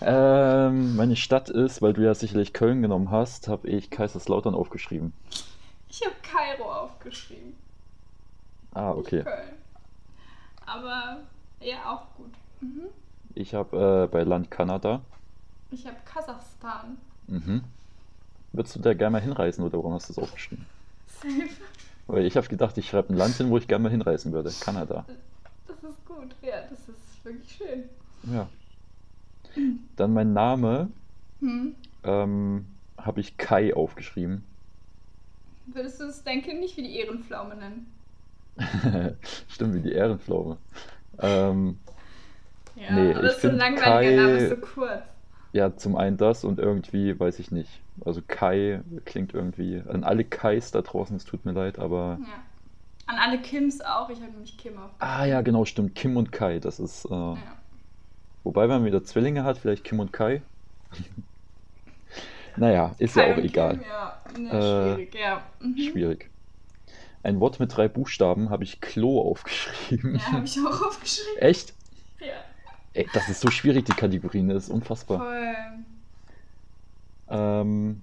Speaker 1: Ähm, meine Stadt ist, weil du ja sicherlich Köln genommen hast, habe ich Kaiserslautern aufgeschrieben.
Speaker 2: Ich habe Kairo aufgeschrieben.
Speaker 1: Ah, okay.
Speaker 2: Köln. Aber ja, auch gut. Mhm.
Speaker 1: Ich habe äh, bei Land Kanada.
Speaker 2: Ich habe Kasachstan.
Speaker 1: Mhm. Würdest du da gerne mal hinreisen oder warum hast du das aufgeschrieben?
Speaker 2: Safe.
Speaker 1: Weil ich habe gedacht, ich schreibe ein Land hin, wo ich gerne mal hinreisen würde. Kanada.
Speaker 2: Das ist gut. Ja, das ist wirklich schön.
Speaker 1: Ja. Dann mein Name
Speaker 2: Hm.
Speaker 1: ähm, habe ich Kai aufgeschrieben.
Speaker 2: Würdest du es denken, nicht wie die Ehrenpflaume nennen?
Speaker 1: Stimmt, wie die Ehrenpflaume. Ähm,
Speaker 2: Ja,
Speaker 1: Nee,
Speaker 2: aber
Speaker 1: ich
Speaker 2: das ist so ein
Speaker 1: find
Speaker 2: langweiliger
Speaker 1: Kai-
Speaker 2: Name, ist so kurz.
Speaker 1: Ja, zum einen das und irgendwie, weiß ich nicht. Also Kai klingt irgendwie. An alle Kais da draußen, es tut mir leid, aber.
Speaker 2: Ja. An alle Kims auch. Ich habe nämlich Kim aufgeschrieben.
Speaker 1: Ah ja, genau, stimmt. Kim und Kai, das ist. Äh...
Speaker 2: Ja.
Speaker 1: Wobei, wenn man wieder Zwillinge hat, vielleicht Kim und Kai. Naja, ist ja
Speaker 2: Kai
Speaker 1: auch
Speaker 2: und
Speaker 1: egal.
Speaker 2: Kim, ja. Nee,
Speaker 1: Äh,
Speaker 2: schwierig, ja. Mhm.
Speaker 1: Schwierig. Ein Wort mit drei Buchstaben habe ich Klo aufgeschrieben.
Speaker 2: Ja, habe ich auch aufgeschrieben.
Speaker 1: Echt?
Speaker 2: Ja.
Speaker 1: Ey, das ist so schwierig, die Kategorien, das ist unfassbar.
Speaker 2: Voll.
Speaker 1: Ähm,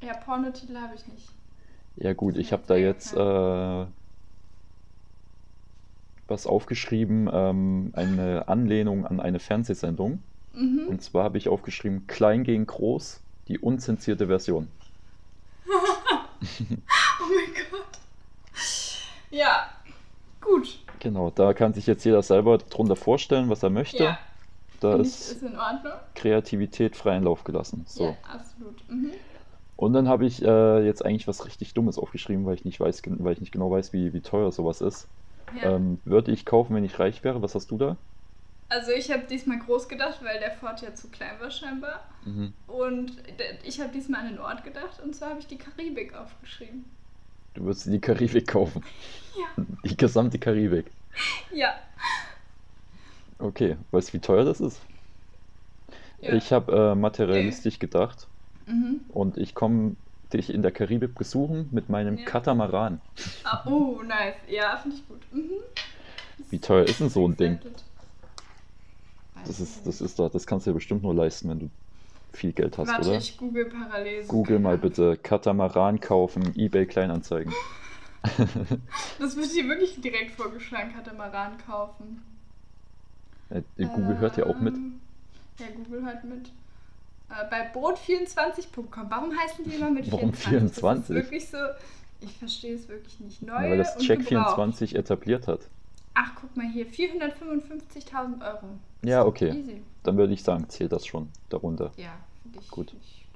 Speaker 2: Ja, Pornotitel habe ich nicht.
Speaker 1: Ja gut, ich
Speaker 2: Ja,
Speaker 1: habe da
Speaker 2: ja,
Speaker 1: jetzt äh, was aufgeschrieben, ähm, eine Anlehnung an eine Fernsehsendung.
Speaker 2: Mhm.
Speaker 1: Und zwar habe ich aufgeschrieben Klein gegen Groß, die unzensierte Version.
Speaker 2: Oh mein Gott. Ja, gut.
Speaker 1: Genau, da kann sich jetzt jeder selber drunter vorstellen, was er möchte.
Speaker 2: Ja,
Speaker 1: Da
Speaker 2: finde ich,
Speaker 1: ist
Speaker 2: ist in Ordnung.
Speaker 1: Kreativität freien Lauf gelassen. So.
Speaker 2: Ja, absolut. Mhm.
Speaker 1: Und dann habe ich äh, jetzt eigentlich was richtig Dummes aufgeschrieben, weil ich nicht weiß, gen- weil ich nicht genau weiß, wie, wie teuer sowas ist.
Speaker 2: Ja.
Speaker 1: Ähm, würde ich kaufen, wenn ich reich wäre? Was hast du da?
Speaker 2: Also ich habe diesmal groß gedacht, weil der Ford ja zu klein war scheinbar.
Speaker 1: Mhm.
Speaker 2: Und d- ich habe diesmal an den Ort gedacht und zwar habe ich die Karibik aufgeschrieben.
Speaker 1: Du würdest dir die Karibik kaufen.
Speaker 2: Ja.
Speaker 1: Die gesamte Karibik.
Speaker 2: Ja.
Speaker 1: Okay, weißt du, wie teuer das ist?
Speaker 2: ja.
Speaker 1: Ich habe äh, materialistisch gedacht
Speaker 2: mhm.
Speaker 1: und ich komme dich in der Karibik besuchen mit meinem
Speaker 2: Ja.
Speaker 1: Katamaran.
Speaker 2: ah, oh, nice. Ja, finde ich gut. Mhm.
Speaker 1: Wie teuer ist denn so ein Ding?
Speaker 2: Accepted. Weiß
Speaker 1: Das
Speaker 2: ich
Speaker 1: ist,
Speaker 2: nicht.
Speaker 1: das ist da, das kannst du dir bestimmt nur leisten, wenn du viel Geld hast,
Speaker 2: Warte,
Speaker 1: oder?
Speaker 2: ich google parallel.
Speaker 1: Google mal bitte Katamaran kaufen, eBay Kleinanzeigen.
Speaker 2: Das wird dir wirklich direkt vorgeschlagen, Katamaran kaufen.
Speaker 1: Äh, Google hört ja auch mit.
Speaker 2: Ähm, Ja, Google hört mit. Äh, bei Brot24.com. Warum heißen die immer mit
Speaker 1: Warum
Speaker 2: 24? Das
Speaker 1: 24?
Speaker 2: ist wirklich so. Ich verstehe es wirklich nicht. Neu
Speaker 1: Ja, weil das
Speaker 2: und gebraucht.
Speaker 1: Check24 etabliert hat.
Speaker 2: Ach, guck mal hier. 455.000 Euro.
Speaker 1: Ja, okay.
Speaker 2: Easy.
Speaker 1: Dann würde ich sagen, zählt das schon darunter.
Speaker 2: Ja, finde ich.
Speaker 1: Gut.
Speaker 2: Ich,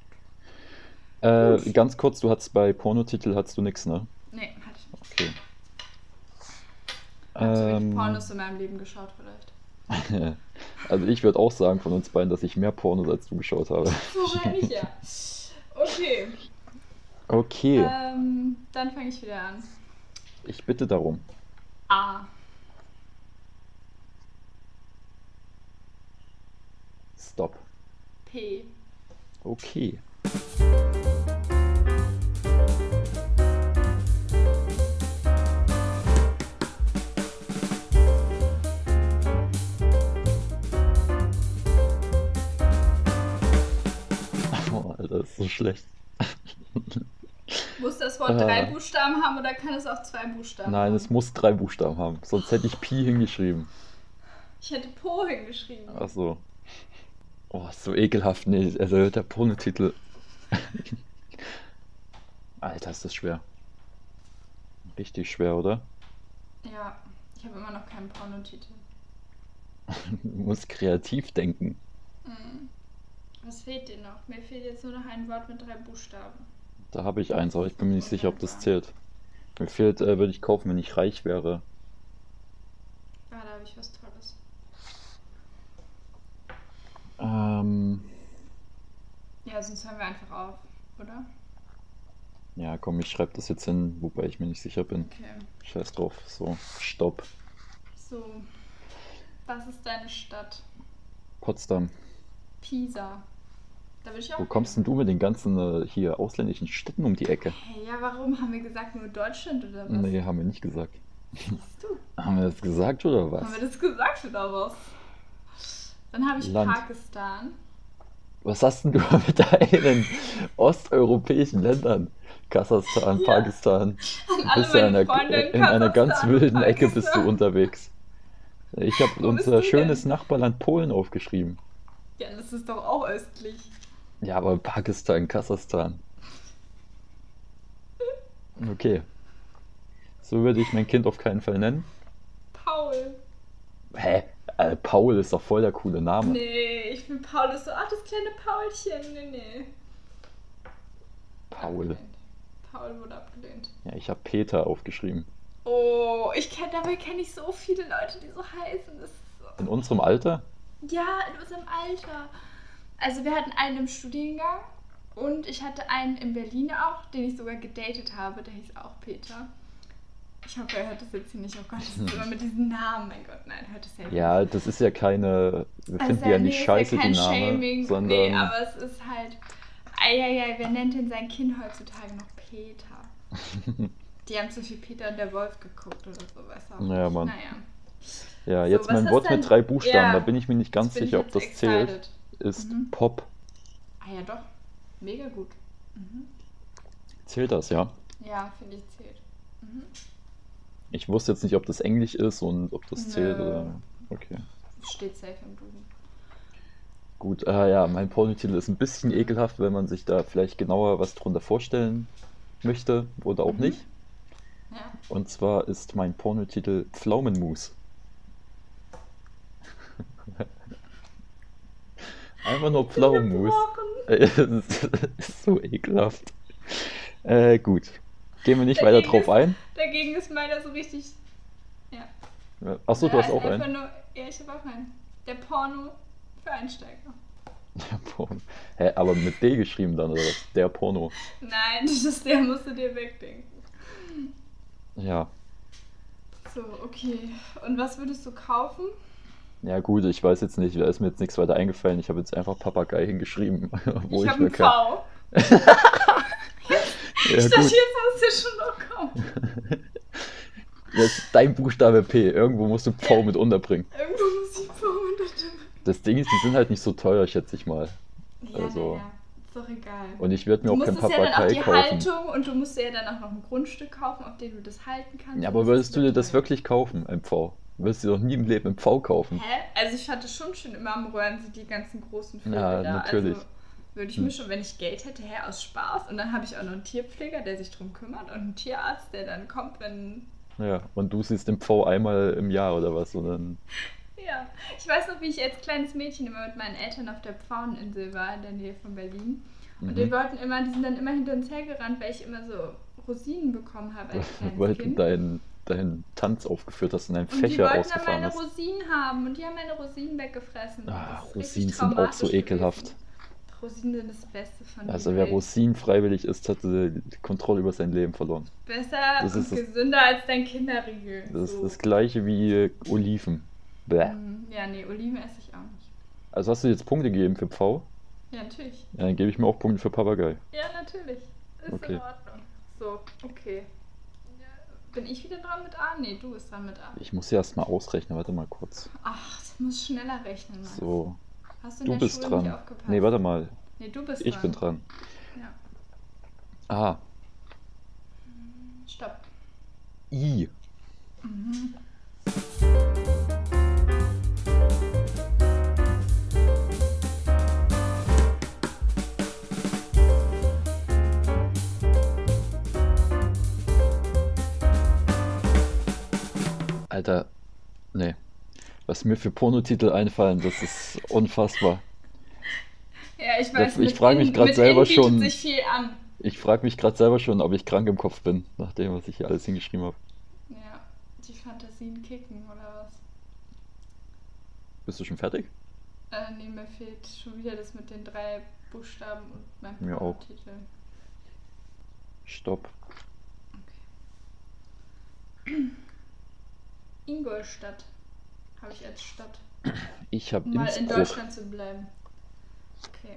Speaker 1: Äh,
Speaker 2: Gut.
Speaker 1: ganz kurz, du hattest bei Pornotitel hattest du nix, ne?
Speaker 2: nee, hatte ich nicht.
Speaker 1: Okay.
Speaker 2: Ich habe zu wenig
Speaker 1: Ähm,
Speaker 2: Pornos in meinem Leben geschaut vielleicht.
Speaker 1: Also ich würde auch sagen von uns beiden, dass ich mehr Pornos als du geschaut habe.
Speaker 2: Wahrscheinlich ja. Okay,
Speaker 1: Okay,
Speaker 2: ähm, dann fange ich wieder an.
Speaker 1: ich bitte darum.
Speaker 2: A.
Speaker 1: Stop.
Speaker 2: P.
Speaker 1: Okay. Oh, Alter, das ist so schlecht.
Speaker 2: Muss das Wort
Speaker 1: Äh.
Speaker 2: drei Buchstaben haben oder kann es auch zwei Buchstaben
Speaker 1: Nein,
Speaker 2: haben?
Speaker 1: es muss drei Buchstaben haben, sonst hätte ich Pi hingeschrieben.
Speaker 2: Ich hätte Po hingeschrieben.
Speaker 1: Ach so. Oh, ist so ekelhaft. Nee, also der Pornotitel. Alter, ist das schwer. Richtig schwer, oder?
Speaker 2: Ja, ich habe immer noch keinen Pornotitel.
Speaker 1: Du musst kreativ denken.
Speaker 2: Hm. Was fehlt dir noch? Mir fehlt jetzt nur noch ein Wort mit drei Buchstaben.
Speaker 1: Da habe ich eins, aber ich bin mir nicht sicher, ob das zählt. Mir fehlt, äh, würde ich kaufen, wenn ich reich wäre.
Speaker 2: Ah, da habe ich was Tolles.
Speaker 1: Ähm,
Speaker 2: Ja, sonst hören wir einfach auf, oder?
Speaker 1: ja, komm, ich schreibe das jetzt hin, wobei ich mir nicht sicher bin.
Speaker 2: Okay.
Speaker 1: Scheiß drauf. So, stopp.
Speaker 2: So. Was ist deine Stadt?
Speaker 1: Potsdam.
Speaker 2: Pisa. Da will ich auch.
Speaker 1: Wo kommst denn du mit den ganzen äh, hier ausländischen Städten um die Ecke?
Speaker 2: Hey, ja, warum haben wir gesagt nur Deutschland oder was?
Speaker 1: Nee, haben wir nicht gesagt.
Speaker 2: Siehst du?
Speaker 1: Haben wir das gesagt oder was?
Speaker 2: Haben wir das gesagt oder was? Dann habe ich
Speaker 1: Land.
Speaker 2: Pakistan.
Speaker 1: Was hast denn du mit deinen osteuropäischen Ländern? Kasachstan, Pakistan.
Speaker 2: An
Speaker 1: Du bist ja in,
Speaker 2: meine Freunde
Speaker 1: einer- in einer ganz
Speaker 2: Kasachstan,
Speaker 1: wilden Ecke bist du
Speaker 2: Pakistan.
Speaker 1: unterwegs. Ich habe
Speaker 2: Wo bist
Speaker 1: unser
Speaker 2: du
Speaker 1: schönes Nachbarland Polen aufgeschrieben.
Speaker 2: Ja, das ist doch auch östlich.
Speaker 1: Ja, aber Pakistan, Kasachstan. Okay. So würde ich mein Kind auf keinen Fall nennen.
Speaker 2: Paul.
Speaker 1: Hä? Äh, Paul ist doch voll der coole Name.
Speaker 2: Nee, ich bin Paul ist so, ach, das kleine Paulchen. Nee, nee.
Speaker 1: Paul.
Speaker 2: Abgelehnt. Paul wurde abgelehnt.
Speaker 1: Ja, ich habe Peter aufgeschrieben.
Speaker 2: Oh, ich kenne, dabei kenne ich so viele Leute, die so heißen. Das ist so.
Speaker 1: In unserem Alter?
Speaker 2: Ja, in unserem Alter. Also wir hatten einen im Studiengang und ich hatte einen in Berlin auch, den ich sogar gedatet habe, der hieß auch Peter. Ich hoffe, er hört das jetzt hier nicht. Oh Gott, das ist immer mit diesen Namen. Mein Gott, nein, hört das ja nicht.
Speaker 1: Ja, das ist ja keine. Wir
Speaker 2: Also,
Speaker 1: finden die ja nicht
Speaker 2: nee, ist
Speaker 1: scheiße,
Speaker 2: ja
Speaker 1: die
Speaker 2: kein
Speaker 1: Namen,
Speaker 2: Shaming,
Speaker 1: sondern.
Speaker 2: Nee, aber es ist halt. Eieiei, wer nennt denn sein Kind heutzutage noch Peter? Die haben zu viel Peter und der Wolf geguckt oder so, weißt du?
Speaker 1: Naja, Mann.
Speaker 2: Naja,
Speaker 1: ja,
Speaker 2: so,
Speaker 1: jetzt
Speaker 2: was
Speaker 1: mein
Speaker 2: ist
Speaker 1: Wort
Speaker 2: denn-
Speaker 1: mit drei Buchstaben,
Speaker 2: Ja,
Speaker 1: da bin ich mir nicht ganz
Speaker 2: jetzt bin ich
Speaker 1: sicher, ob das
Speaker 2: jetzt
Speaker 1: zählt.
Speaker 2: excited.
Speaker 1: Ist
Speaker 2: Mhm.
Speaker 1: Pop.
Speaker 2: Ah ja, doch. Mega gut. Mhm.
Speaker 1: Zählt das, ja?
Speaker 2: Ja, finde ich zählt. Mhm.
Speaker 1: Ich wusste jetzt nicht, ob das Englisch ist und ob das
Speaker 2: Nö.
Speaker 1: zählt. Oder... Okay.
Speaker 2: Steht safe im Duden.
Speaker 1: Gut, äh, ja, mein Pornotitel ist ein bisschen ekelhaft, wenn man sich da vielleicht genauer was drunter vorstellen möchte oder auch
Speaker 2: Mhm.
Speaker 1: nicht.
Speaker 2: Ja.
Speaker 1: Und zwar ist mein Pornotitel Pflaumenmus. Einfach nur Pflaumenmus.
Speaker 2: Gebrochen.
Speaker 1: Äh, Das ist so ekelhaft. Äh, gut. Gehen wir nicht weiter
Speaker 2: Dagegen
Speaker 1: drauf ein.
Speaker 2: Dagegen ist meiner so richtig. Ja.
Speaker 1: Achso, du
Speaker 2: Der
Speaker 1: hast
Speaker 2: heißt
Speaker 1: auch
Speaker 2: einfach
Speaker 1: einen.
Speaker 2: Nur, ja, ich habe auch einen. Der Porno für Einsteiger.
Speaker 1: Der Porno. Hä, aber mit D geschrieben dann, oder was? Der Porno.
Speaker 2: Nein, das ist der musst du dir wegdenken.
Speaker 1: Ja.
Speaker 2: So, okay. Und was würdest du kaufen?
Speaker 1: Ja, gut, ich weiß jetzt nicht, da ist mir jetzt nichts weiter eingefallen. Ich habe jetzt einfach Papagei hingeschrieben, wo
Speaker 2: ich
Speaker 1: Oh, ich
Speaker 2: habe
Speaker 1: mir
Speaker 2: einen
Speaker 1: kann.
Speaker 2: V.
Speaker 1: Ja,
Speaker 2: ich dachte,
Speaker 1: gut.
Speaker 2: jetzt hast du schon noch kommen.
Speaker 1: Das ist dein Buchstabe P. Irgendwo musst du V mit unterbringen.
Speaker 2: Irgendwo muss ich verwundert
Speaker 1: Das Ding ist, die sind halt nicht so teuer, schätze ich mal.
Speaker 2: Ja,
Speaker 1: Also-
Speaker 2: naja. Ist doch egal.
Speaker 1: Und ich werde mir
Speaker 2: du
Speaker 1: auch kein
Speaker 2: musst es ja dann auch
Speaker 1: Papagei
Speaker 2: die
Speaker 1: kaufen.
Speaker 2: Haltung und du musst dir ja dann auch noch ein Grundstück kaufen, auf dem du das halten kannst.
Speaker 1: Ja,
Speaker 2: Und
Speaker 1: aber
Speaker 2: das
Speaker 1: würdest
Speaker 2: ist
Speaker 1: du dir das
Speaker 2: total-
Speaker 1: wirklich kaufen, MV? Würdest du dir doch nie im Leben MV kaufen?
Speaker 2: Hä? Also ich hatte schon schon immer am Röhrensee die ganzen großen Vögel
Speaker 1: Ja,
Speaker 2: da.
Speaker 1: natürlich.
Speaker 2: Also würde ich
Speaker 1: Hm.
Speaker 2: mir schon, wenn ich Geld hätte, her aus Spaß. Und dann habe ich auch noch einen Tierpfleger, der sich drum kümmert und einen Tierarzt, der dann kommt, wenn...
Speaker 1: Ja, und du siehst den V einmal im Jahr oder was? Und dann,
Speaker 2: Ja, ich weiß noch, wie ich als kleines Mädchen immer mit meinen Eltern auf der Pfaueninsel war, in der Nähe von Berlin. Und die
Speaker 1: mhm.
Speaker 2: wollten immer, die sind dann immer hinter uns hergerannt, weil ich immer so Rosinen bekommen habe als kleines
Speaker 1: wollten
Speaker 2: Kind.
Speaker 1: dein, deinen Tanz aufgeführt hast in deinem
Speaker 2: Und die
Speaker 1: Fächer
Speaker 2: wollten dann
Speaker 1: ausgefahren
Speaker 2: meine
Speaker 1: hast.
Speaker 2: Rosinen haben und die haben meine Rosinen weggefressen.
Speaker 1: Ah,
Speaker 2: Das ist richtig
Speaker 1: Rosinen sind auch
Speaker 2: traumatisch
Speaker 1: so
Speaker 2: gewesen.
Speaker 1: ekelhaft.
Speaker 2: Rosinen sind das Beste von
Speaker 1: Also
Speaker 2: der
Speaker 1: wer
Speaker 2: Welt.
Speaker 1: Rosinen freiwillig isst, hat äh, die Kontrolle über sein Leben verloren.
Speaker 2: Besser
Speaker 1: Das ist
Speaker 2: und
Speaker 1: das-
Speaker 2: gesünder als dein Kinderriegel.
Speaker 1: Das ist
Speaker 2: so.
Speaker 1: das gleiche wie äh, Oliven. Bäh.
Speaker 2: Mhm. Ja, nee, Oliven esse ich auch nicht.
Speaker 1: Also hast du jetzt Punkte gegeben für Pfau?
Speaker 2: Ja, natürlich.
Speaker 1: Ja, dann gebe ich mir auch Punkte für Papagei.
Speaker 2: Ja, natürlich. Ist
Speaker 1: Okay.
Speaker 2: in Ordnung. So, okay. Ja, Bin ich wieder dran mit A? Nee, du bist dran mit A.
Speaker 1: Ich muss sie erst mal ausrechnen, warte mal kurz.
Speaker 2: Ach, du musst schneller rechnen, Max.
Speaker 1: So,
Speaker 2: Hast du in
Speaker 1: du
Speaker 2: der
Speaker 1: bist
Speaker 2: Schule nicht
Speaker 1: dran.
Speaker 2: aufgepasst?
Speaker 1: Nee, warte mal,
Speaker 2: Nee, du bist
Speaker 1: ich
Speaker 2: dran.
Speaker 1: bin dran.
Speaker 2: Ja.
Speaker 1: Ah,
Speaker 2: Stopp. Mhm.
Speaker 1: I. Alter, nee. Was mir für Pornotitel einfallen, das ist unfassbar.
Speaker 2: Ja, ich
Speaker 1: Das-
Speaker 2: weiß.
Speaker 1: ich
Speaker 2: mit
Speaker 1: frag
Speaker 2: In-
Speaker 1: mich grad
Speaker 2: mit
Speaker 1: selber
Speaker 2: In bietet
Speaker 1: schon.
Speaker 2: sich viel an.
Speaker 1: Ich frage mich gerade selber schon, ob ich krank im Kopf bin, nach dem, was ich hier alles hingeschrieben habe.
Speaker 2: Ja, die Fantasien kicken oder was?
Speaker 1: Bist du schon fertig?
Speaker 2: Äh, nee, mir fehlt schon wieder das mit den drei Buchstaben und meinem
Speaker 1: Mir auch.
Speaker 2: Titel.
Speaker 1: Stopp.
Speaker 2: Ingolstadt habe ich als Stadt,
Speaker 1: Ich habe
Speaker 2: um mal in
Speaker 1: Innsbruck.
Speaker 2: Deutschland zu bleiben. Okay.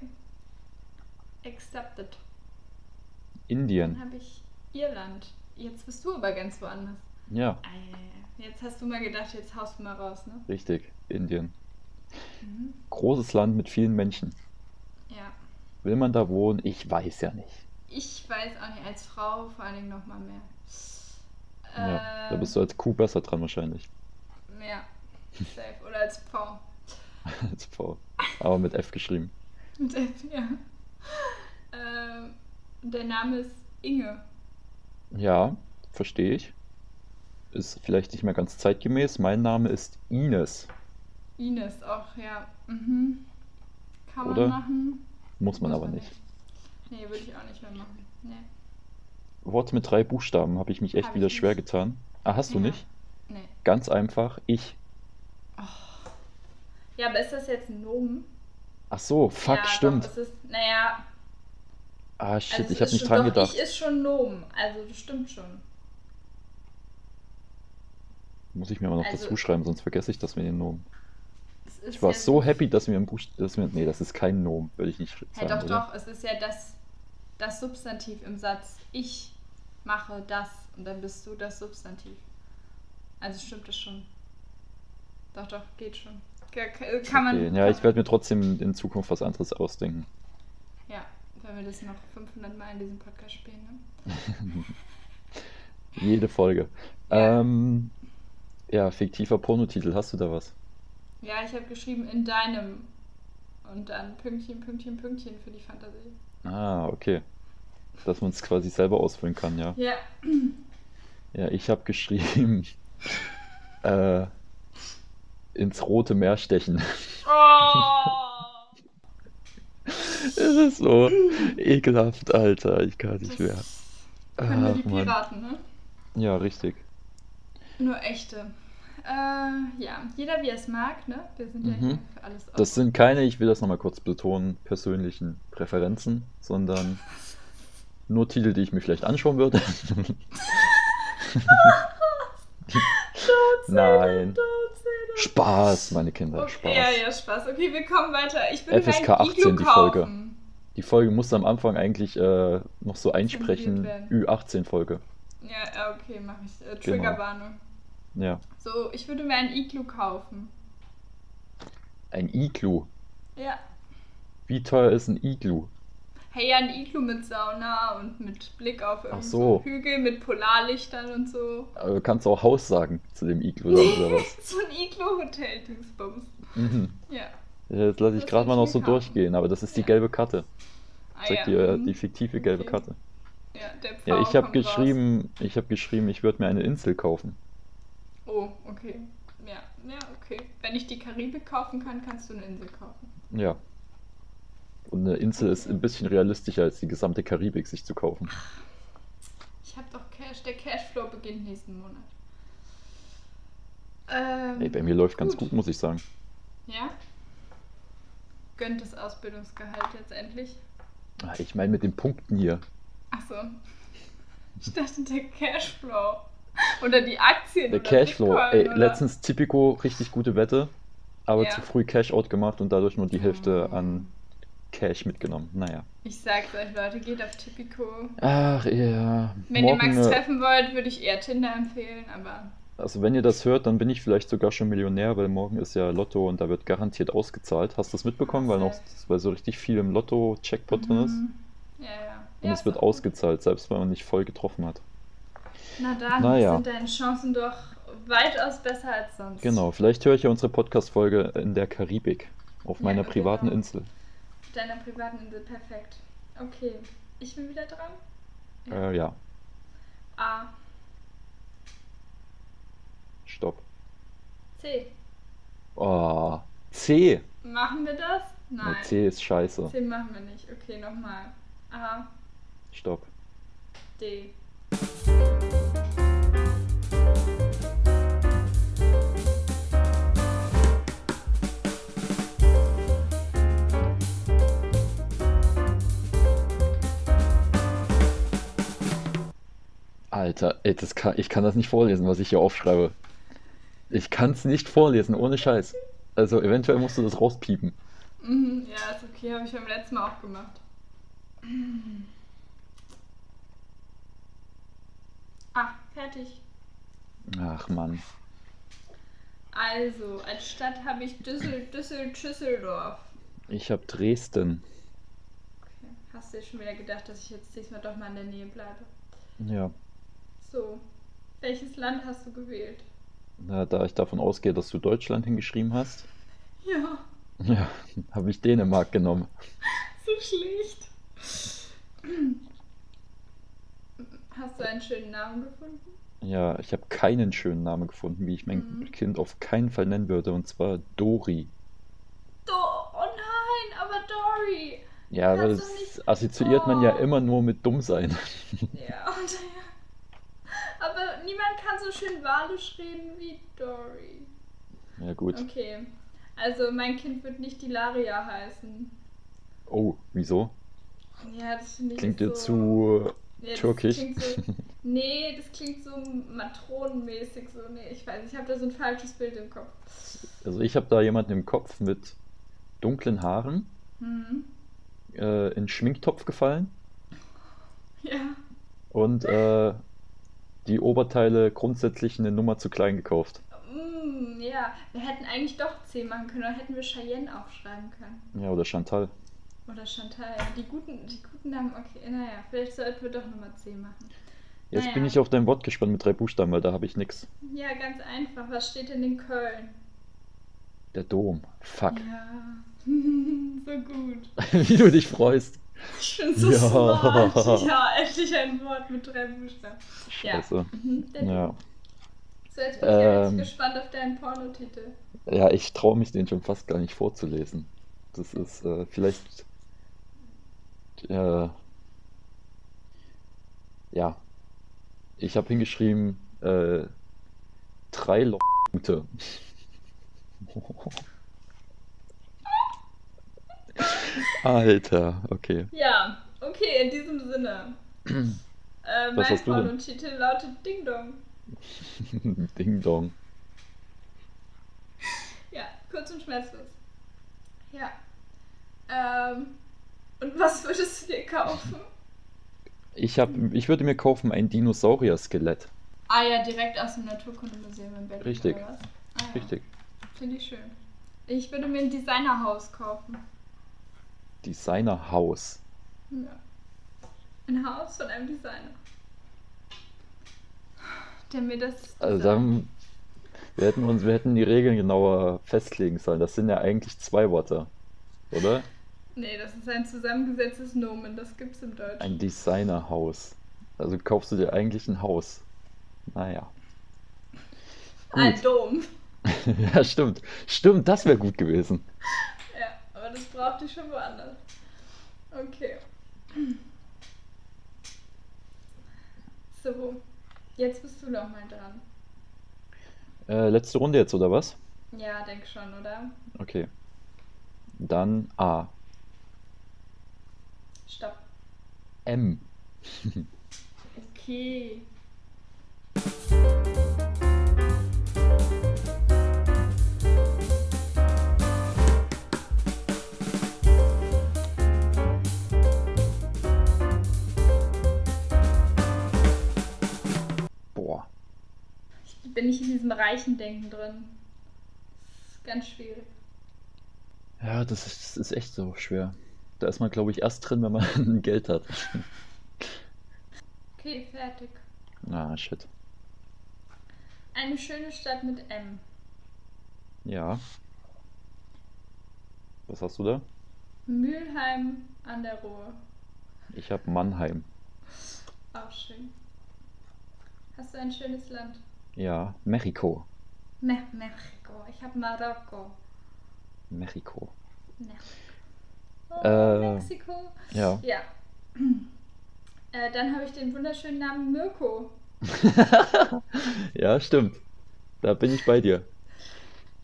Speaker 2: Accepted. Dann
Speaker 1: Indien.
Speaker 2: habe ich Irland. Jetzt bist du aber ganz woanders.
Speaker 1: Ja,
Speaker 2: Ei, Jetzt hast du mal gedacht, jetzt haust du mal raus, ne?
Speaker 1: richtig. Indien.
Speaker 2: Mhm.
Speaker 1: Großes Land mit vielen Menschen.
Speaker 2: Ja.
Speaker 1: Will man da wohnen? Ich weiß ja nicht.
Speaker 2: Ich weiß auch nicht, als Frau vor allen Dingen nochmal mehr.
Speaker 1: Ja, da
Speaker 2: Ähm,
Speaker 1: bist du als Kuh besser dran wahrscheinlich.
Speaker 2: Ja, safe. Oder als Pfau.
Speaker 1: Als V. Aber mit F geschrieben.
Speaker 2: Mit F, ja. Ähm, der Name ist Inge.
Speaker 1: Ja, verstehe ich. Ist vielleicht nicht mehr ganz zeitgemäß. Mein Name ist Ines.
Speaker 2: Ines auch, ja. Mhm. Kann
Speaker 1: Oder?
Speaker 2: man machen.
Speaker 1: Muss man
Speaker 2: muss
Speaker 1: aber nicht.
Speaker 2: Nee, würde ich auch nicht mehr machen. Nee.
Speaker 1: Wort mit drei Buchstaben habe ich mich echt
Speaker 2: Hab ich
Speaker 1: wieder schwer
Speaker 2: nicht.
Speaker 1: getan. Ah, hast du
Speaker 2: Ja.
Speaker 1: nicht?
Speaker 2: nee. Oh.
Speaker 1: Ganz einfach, ich.
Speaker 2: Ja, aber ist das jetzt ein Nomen?
Speaker 1: Ach so, fuck,
Speaker 2: ja,
Speaker 1: stimmt.
Speaker 2: Doch, es ist, naja,
Speaker 1: Ah, shit,
Speaker 2: also es
Speaker 1: ich habe
Speaker 2: ist
Speaker 1: nicht
Speaker 2: schon,
Speaker 1: dran
Speaker 2: doch,
Speaker 1: gedacht.
Speaker 2: Ich ist schon Nomen. Also, das stimmt schon.
Speaker 1: Muss ich mir aber noch
Speaker 2: Also-
Speaker 1: dazu schreiben, sonst vergesse ich das mit den Nomen.
Speaker 2: Es ist
Speaker 1: Ich war
Speaker 2: jetzt-
Speaker 1: so happy, dass wir im Buch, dass wir, nee, das ist kein Nomen, würde ich nicht
Speaker 2: Ja,
Speaker 1: sagen,
Speaker 2: doch,
Speaker 1: oder?
Speaker 2: doch, es ist ja das, das Substantiv im Satz. Ich mache das und dann bist du das Substantiv. Also stimmt das schon. Doch, doch, geht schon. Ka- ka- Kann man.
Speaker 1: Okay, ja, ich werde mir trotzdem in Zukunft was anderes ausdenken.
Speaker 2: Ja, wenn wir das noch 500 Mal in diesem Podcast spielen, ne?
Speaker 1: Jede Folge.
Speaker 2: Ja.
Speaker 1: Ähm, ja, fiktiver Pornotitel, hast du da was?
Speaker 2: Ja, ich habe geschrieben in deinem. Und dann Pünktchen, Pünktchen, Pünktchen für die Fantasie.
Speaker 1: Ah, okay. Dass man es quasi selber ausfüllen kann, ja.
Speaker 2: Ja,
Speaker 1: Ja, ich habe geschrieben, äh, ins rote Meer stechen.
Speaker 2: Oh!
Speaker 1: Es ist so ekelhaft, Alter. Ich kann nicht mehr.
Speaker 2: Können wir
Speaker 1: Ach,
Speaker 2: die
Speaker 1: Mann.
Speaker 2: Piraten, ne?
Speaker 1: Ja, richtig.
Speaker 2: Nur echte. Äh, ja, jeder wie er es mag, ne? Wir sind ja
Speaker 1: Mhm.
Speaker 2: hier für alles offen.
Speaker 1: Das sind keine, ich will das nochmal kurz betonen, persönlichen Präferenzen, sondern nur Titel, die ich mir vielleicht anschauen würde. Nein. Spaß, meine Kinder, Spaß.
Speaker 2: Okay, ja, ja, Spaß. Okay, wir kommen weiter. Ich will
Speaker 1: FSK
Speaker 2: kein
Speaker 1: 18
Speaker 2: Iglu
Speaker 1: die
Speaker 2: kaufen.
Speaker 1: Folge. Die Folge musste am Anfang eigentlich äh, noch so einsprechen,
Speaker 2: Zensiert werden.
Speaker 1: Ü18-Folge.
Speaker 2: Ja, ja, okay, mach ich.
Speaker 1: Genau.
Speaker 2: Äh, Triggerwarnung.
Speaker 1: Ja,
Speaker 2: So, ich würde mir ein Iglu kaufen.
Speaker 1: ein Iglu.
Speaker 2: Ja.
Speaker 1: Wie teuer ist ein Iglu?
Speaker 2: Hey, ein Iglu mit Sauna und mit Blick auf irgendeinen
Speaker 1: so.
Speaker 2: Hügel mit Polarlichtern und so.
Speaker 1: Äh, kannst du auch Haus sagen zu dem Iglu dann, oder was?
Speaker 2: So ein Iglu-Hotel-Dingsbums.
Speaker 1: Mhm.
Speaker 2: Ja.
Speaker 1: Jetzt lasse ich
Speaker 2: Das
Speaker 1: gerade mal noch
Speaker 2: will
Speaker 1: so
Speaker 2: ich mir kaufen.
Speaker 1: durchgehen, aber das ist die
Speaker 2: Ja.
Speaker 1: gelbe Karte.
Speaker 2: Ah,
Speaker 1: Zeig
Speaker 2: ja.
Speaker 1: dir äh,
Speaker 2: mhm.
Speaker 1: die fiktive gelbe
Speaker 2: Okay.
Speaker 1: Karte.
Speaker 2: Ja, der
Speaker 1: Ja,
Speaker 2: Pfau
Speaker 1: ich habe
Speaker 2: kommt raus.
Speaker 1: geschrieben, ich habe geschrieben, ich würde mir eine Insel kaufen.
Speaker 2: Oh, okay. Ja, ja, okay. Wenn ich die Karibik kaufen kann, kannst du eine Insel kaufen.
Speaker 1: Ja. Und eine Insel ist ein bisschen realistischer als die gesamte Karibik sich zu kaufen.
Speaker 2: Ich habe doch Cash. Der Cashflow beginnt nächsten Monat. Ähm,
Speaker 1: Ey, bei mir läuft ganz
Speaker 2: Gut.
Speaker 1: gut, muss ich sagen.
Speaker 2: ja? Gönnt das Ausbildungsgehalt jetzt endlich?
Speaker 1: Ah, Ich meine mit den Punkten hier.
Speaker 2: Achso. Ich dachte, der Cashflow. Oder die Aktien.
Speaker 1: Der
Speaker 2: oder
Speaker 1: Cashflow.
Speaker 2: Bitcoin,
Speaker 1: Ey,
Speaker 2: oder?
Speaker 1: letztens Tipico richtig gute Wette, aber
Speaker 2: Ja.
Speaker 1: zu früh Cash-Out gemacht und dadurch nur die Hälfte
Speaker 2: Mhm.
Speaker 1: an Cash mitgenommen. Naja.
Speaker 2: Ich sag's euch, Leute, geht auf Tipico.
Speaker 1: Ach ja.
Speaker 2: Wenn
Speaker 1: morgen,
Speaker 2: ihr Max
Speaker 1: äh,
Speaker 2: treffen wollt, würde ich eher Tinder empfehlen, aber
Speaker 1: also wenn ihr das hört, dann bin ich vielleicht sogar schon Millionär, weil morgen ist ja Lotto und da wird garantiert ausgezahlt. Hast du das mitbekommen? Weil noch weil so richtig viel im Lotto-Checkpot drin ist.
Speaker 2: Mhm. Ja, ja.
Speaker 1: Und
Speaker 2: ja,
Speaker 1: es wird
Speaker 2: so.
Speaker 1: ausgezahlt, selbst wenn man nicht voll getroffen hat.
Speaker 2: Na dann
Speaker 1: Naja.
Speaker 2: sind deine Chancen doch weitaus besser als sonst.
Speaker 1: Genau, vielleicht höre ich ja unsere Podcast-Folge in der Karibik, auf
Speaker 2: Ja,
Speaker 1: meiner
Speaker 2: genau.
Speaker 1: privaten Insel.
Speaker 2: Deiner privaten Insel perfekt. Okay, ich bin wieder dran. Ja.
Speaker 1: Äh, ja,
Speaker 2: A,
Speaker 1: stopp.
Speaker 2: C.
Speaker 1: Oh, C.
Speaker 2: Machen wir das? Nein.
Speaker 1: Na, C ist scheiße.
Speaker 2: C machen wir nicht. Okay, nochmal. A,
Speaker 1: Stopp.
Speaker 2: D.
Speaker 1: Alter, ey, das kann, ich kann das nicht vorlesen, was ich hier aufschreibe. Ich kann es nicht vorlesen, ohne Scheiß. Also eventuell musst du das rauspiepen.
Speaker 2: Mhm, ja, ist okay, habe ich beim letzten Mal auch gemacht. Ah, fertig.
Speaker 1: Ach Mann.
Speaker 2: Also, als Stadt habe ich Düssel, Düssel, Düsseldorf.
Speaker 1: Ich habe Dresden.
Speaker 2: Okay. Hast du dir schon wieder gedacht, dass ich jetzt diesmal doch mal in der Nähe bleibe?
Speaker 1: Ja.
Speaker 2: So, welches Land hast du gewählt?
Speaker 1: Na, da ich davon ausgehe, dass du Deutschland hingeschrieben hast,
Speaker 2: Ja,
Speaker 1: ja, habe ich Dänemark genommen.
Speaker 2: so schlecht. Hast du einen schönen Namen gefunden?
Speaker 1: Ja, ich habe keinen schönen Namen gefunden, wie ich mein
Speaker 2: Mhm.
Speaker 1: Kind auf keinen Fall nennen würde, und zwar Dori.
Speaker 2: Do oh nein, aber Dory.
Speaker 1: Ja, aber
Speaker 2: Kannst du
Speaker 1: das
Speaker 2: nicht-
Speaker 1: assoziiert man ja
Speaker 2: Oh.
Speaker 1: immer nur mit dumm sein.
Speaker 2: Ja, und Aber niemand kann so schön walisch reden wie Dory.
Speaker 1: Ja, gut.
Speaker 2: Okay. Also mein Kind wird nicht Dilaria heißen.
Speaker 1: Oh, wieso?
Speaker 2: Ja, das finde ich
Speaker 1: Klingt
Speaker 2: so...
Speaker 1: dir zu. äh,
Speaker 2: Nee, das
Speaker 1: türkisch.
Speaker 2: klingt So, nee, das klingt so matronenmäßig. So, nee, ich weiß nicht, ich habe da so ein falsches Bild im Kopf.
Speaker 1: Also, ich habe da jemanden im Kopf mit dunklen Haaren,
Speaker 2: Mhm.
Speaker 1: äh, in den Schminktopf gefallen
Speaker 2: Ja.
Speaker 1: und äh, die Oberteile grundsätzlich eine Nummer zu klein gekauft.
Speaker 2: Mm, ja. Wir hätten eigentlich doch C machen können, oder hätten wir Cheyenne aufschreiben können.
Speaker 1: Ja, oder Chantal.
Speaker 2: Oder Chantal. Die guten, die guten Namen, okay, naja, vielleicht sollten wir doch nochmal C machen.
Speaker 1: Jetzt bin
Speaker 2: Naja.
Speaker 1: ich auf dein Wort gespannt mit drei Buchstaben, weil da habe ich nix.
Speaker 2: Ja, ganz einfach. Was steht denn in Köln?
Speaker 1: Der Dom. Fuck.
Speaker 2: Mhm. Ja. so gut.
Speaker 1: Wie du dich freust.
Speaker 2: Ich bin so
Speaker 1: Ja.
Speaker 2: smart. Ja, endlich ein Wort mit drei Buchstaben. Ja.
Speaker 1: Scheiße.
Speaker 2: Mhm, der
Speaker 1: Ja.
Speaker 2: So, jetzt bin ich ja
Speaker 1: Ähm.
Speaker 2: richtig gespannt auf deinen Pornotitel.
Speaker 1: Ja, ich traue mich den schon fast gar nicht vorzulesen. Das ist äh, vielleicht. Äh, ja. Ich habe hingeschrieben, äh, drei Leute. Alter, okay.
Speaker 2: Ja, okay, in diesem Sinne. äh,
Speaker 1: Was
Speaker 2: mein
Speaker 1: hast du denn?
Speaker 2: Pornotitel lautet Ding Dong.
Speaker 1: Ding Dong.
Speaker 2: Ja, kurz und schmerzlos. Ja. Ähm, und was würdest du dir kaufen?
Speaker 1: Ich hab, ich würde mir kaufen ein Dinosaurier-Skelett.
Speaker 2: ah ja, direkt aus dem Naturkundemuseum in Berlin.
Speaker 1: Richtig.
Speaker 2: oder was? Ah, ja.
Speaker 1: Richtig.
Speaker 2: Finde ich schön. Ich würde mir ein Designerhaus kaufen.
Speaker 1: Designerhaus.
Speaker 2: Ja. Ein Haus von einem Designer. Der mir das.
Speaker 1: Also dann, wir hätten uns, wir hätten die Regeln genauer festlegen sollen. Das sind ja eigentlich zwei Wörter, oder?
Speaker 2: nee, das ist ein zusammengesetztes Nomen, das gibt's im Deutschen.
Speaker 1: Ein Designerhaus. Also kaufst du dir eigentlich ein Haus. Naja.
Speaker 2: ein
Speaker 1: Gut.
Speaker 2: Ah, Dom.
Speaker 1: Ja, stimmt. Stimmt, das wäre gut gewesen.
Speaker 2: Ja, aber das brauchte ich schon woanders. Okay. So, jetzt bist du noch mal dran.
Speaker 1: Äh, letzte Runde jetzt, oder was?
Speaker 2: Ja, denk schon, oder?
Speaker 1: Okay. Dann A.
Speaker 2: Stopp.
Speaker 1: M.
Speaker 2: Okay.
Speaker 1: Boah.
Speaker 2: Ich bin nicht in diesem reichen Denken drin. Das ist ganz schwierig.
Speaker 1: Ja, das ist, das ist echt so schwer. Da ist man, glaube ich, erst drin, wenn man Geld hat.
Speaker 2: Okay, fertig.
Speaker 1: Ah, shit.
Speaker 2: Eine schöne Stadt mit M.
Speaker 1: Ja. Was hast du da?
Speaker 2: Mülheim an der Ruhr.
Speaker 1: Ich habe Mannheim.
Speaker 2: Auch schön. Hast du ein schönes Land?
Speaker 1: Ja, Mexiko.
Speaker 2: Me Mexiko. Ich habe Marokko.
Speaker 1: Mexiko.
Speaker 2: Ne. Oh,
Speaker 1: Äh,
Speaker 2: Mexiko.
Speaker 1: ja.
Speaker 2: Ja. Äh, dann habe ich den wunderschönen Namen Mirko.
Speaker 1: Ja, stimmt. Da bin ich bei dir.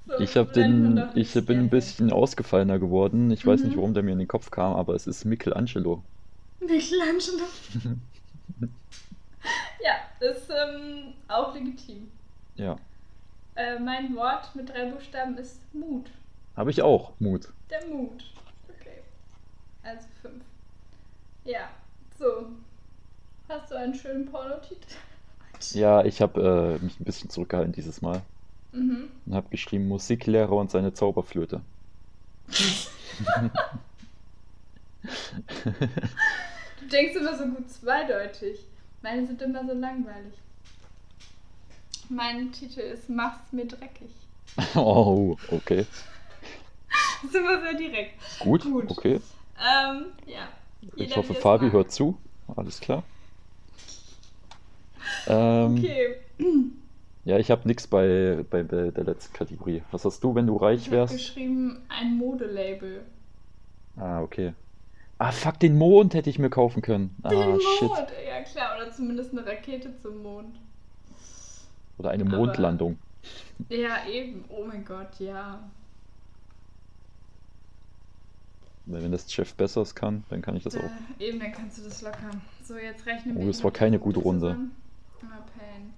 Speaker 2: So
Speaker 1: Ich habe
Speaker 2: nennt man
Speaker 1: den,
Speaker 2: doch
Speaker 1: ich
Speaker 2: nicht
Speaker 1: bin ein
Speaker 2: gerne.
Speaker 1: bisschen ausgefallener geworden. Ich weiß nicht,
Speaker 2: Mhm.
Speaker 1: warum der mir in den Kopf kam, aber es ist Michelangelo.
Speaker 2: Michelangelo. ja, ist ähm, auch legitim.
Speaker 1: Ja,
Speaker 2: Äh, mein Wort mit drei Buchstaben ist Mut.
Speaker 1: habe ich auch Mut.
Speaker 2: Der Mut. Okay. Also fünf. Ja, so. Hast du einen schönen Pornotitel?
Speaker 1: Ja, ich habe äh, mich ein bisschen zurückgehalten dieses Mal
Speaker 2: Mhm.
Speaker 1: und habe geschrieben Musiklehrer und seine Zauberflöte.
Speaker 2: Du denkst immer so gut zweideutig. Meine sind immer so langweilig. Mein Titel ist Mach's mir dreckig.
Speaker 1: Oh, okay.
Speaker 2: Das ist immer sehr direkt.
Speaker 1: Gut,
Speaker 2: Gut.
Speaker 1: okay.
Speaker 2: Ähm, ja.
Speaker 1: Ich
Speaker 2: Jeder,
Speaker 1: hoffe,
Speaker 2: wie es
Speaker 1: Fabi
Speaker 2: mag.
Speaker 1: hört zu. Alles klar. Ähm,
Speaker 2: Okay.
Speaker 1: ja, ich habe nichts bei, bei, bei der letzten Kategorie. Was hast du, wenn du reich
Speaker 2: Ich habe
Speaker 1: wärst?
Speaker 2: geschrieben, ein Modelabel.
Speaker 1: Ah, okay. Ah, fuck, den Mond hätte ich mir kaufen können. Ah,
Speaker 2: Den Mond,
Speaker 1: shit.
Speaker 2: ja klar, oder zumindest eine Rakete zum Mond.
Speaker 1: Oder eine
Speaker 2: Aber-
Speaker 1: Mondlandung.
Speaker 2: Ja, eben. Oh mein Gott, ja.
Speaker 1: Weil Wenn das Jeff Bezos kann, dann kann ich das auch.
Speaker 2: Äh, eben, dann kannst du das locker. So, jetzt rechne
Speaker 1: Also. Oh,
Speaker 2: mir
Speaker 1: das
Speaker 2: noch
Speaker 1: war keine
Speaker 2: die
Speaker 1: gute
Speaker 2: Punkte
Speaker 1: Runde.
Speaker 2: zusammen. Ah, Pain.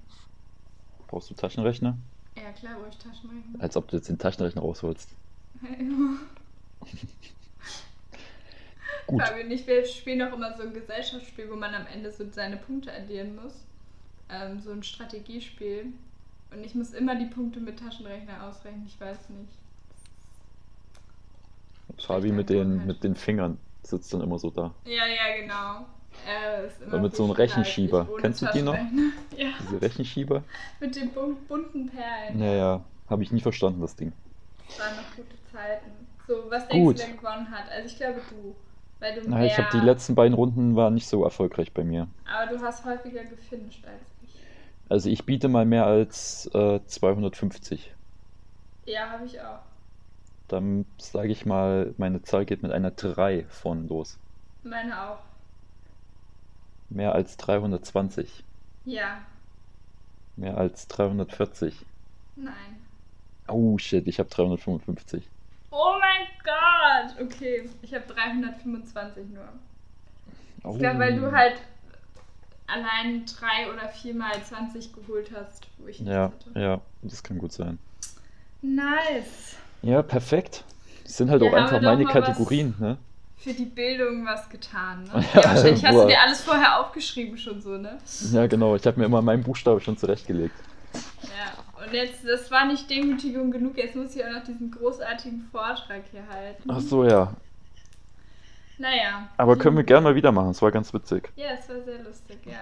Speaker 1: Brauchst du Taschenrechner?
Speaker 2: Ja klar, ruhig Taschenrechner.
Speaker 1: Als ob du jetzt den Taschenrechner rausholst. Gut.
Speaker 2: Fabian und ich, wir spielen auch immer so ein Gesellschaftsspiel, wo man am Ende so seine Punkte addieren muss. Ähm, so ein Strategiespiel. Und ich muss immer die Punkte mit Taschenrechner ausrechnen, ich weiß nicht.
Speaker 1: Fabi mit den, mit den Fingern sitzt dann immer so da.
Speaker 2: Ja, ja, genau. Äh, ist immer
Speaker 1: Oder mit so einem
Speaker 2: viel schneller als ich
Speaker 1: Rechenschieber.
Speaker 2: ohne
Speaker 1: Kennst du die noch?
Speaker 2: Taschenrechner. Ja,
Speaker 1: Diese Rechenschieber?
Speaker 2: mit den bun- bunten Perlen.
Speaker 1: Naja, habe ich nie verstanden, das Ding.
Speaker 2: Das waren noch gute Zeiten. So, was denkst
Speaker 1: Gut.
Speaker 2: du, wer gewonnen hat? Also ich glaube du. Weil du
Speaker 1: Na,
Speaker 2: mehr,
Speaker 1: ich habe die letzten beiden Runden waren nicht so erfolgreich bei mir.
Speaker 2: aber du hast häufiger gefinisht als ich.
Speaker 1: Also ich biete mal mehr als äh, 250.
Speaker 2: Ja, habe ich auch.
Speaker 1: Dann sage ich mal, meine Zahl geht mit einer 3 von los.
Speaker 2: Meine auch.
Speaker 1: Mehr als 320.
Speaker 2: Ja,
Speaker 1: Mehr als 340.
Speaker 2: nein.
Speaker 1: Oh shit, ich habe 355.
Speaker 2: Oh mein Gott! Okay, ich habe 325 nur.
Speaker 1: Oh.
Speaker 2: Ich glaube, weil du halt allein drei oder viermal 20 geholt hast, wo ich nichts
Speaker 1: Ja,
Speaker 2: hatte.
Speaker 1: ja, das kann gut sein.
Speaker 2: Nice!
Speaker 1: Ja, perfekt. Das sind halt
Speaker 2: Ja,
Speaker 1: auch
Speaker 2: haben
Speaker 1: einfach
Speaker 2: wir doch
Speaker 1: meine
Speaker 2: mal
Speaker 1: Kategorien, ne?
Speaker 2: Für die Bildung was getan, ne? Ja, wahrscheinlich hast du
Speaker 1: Boah.
Speaker 2: dir alles vorher aufgeschrieben schon so, ne?
Speaker 1: Ja, genau. Ich habe mir immer meinen Buchstabe schon zurechtgelegt.
Speaker 2: Ja, und jetzt, das war nicht Demütigung genug, jetzt muss ich auch noch diesen großartigen Vortrag hier halten.
Speaker 1: Ach so, ja.
Speaker 2: Naja.
Speaker 1: Aber können wir gerne mal wieder machen. Es war ganz witzig.
Speaker 2: Ja, es war sehr lustig, ja.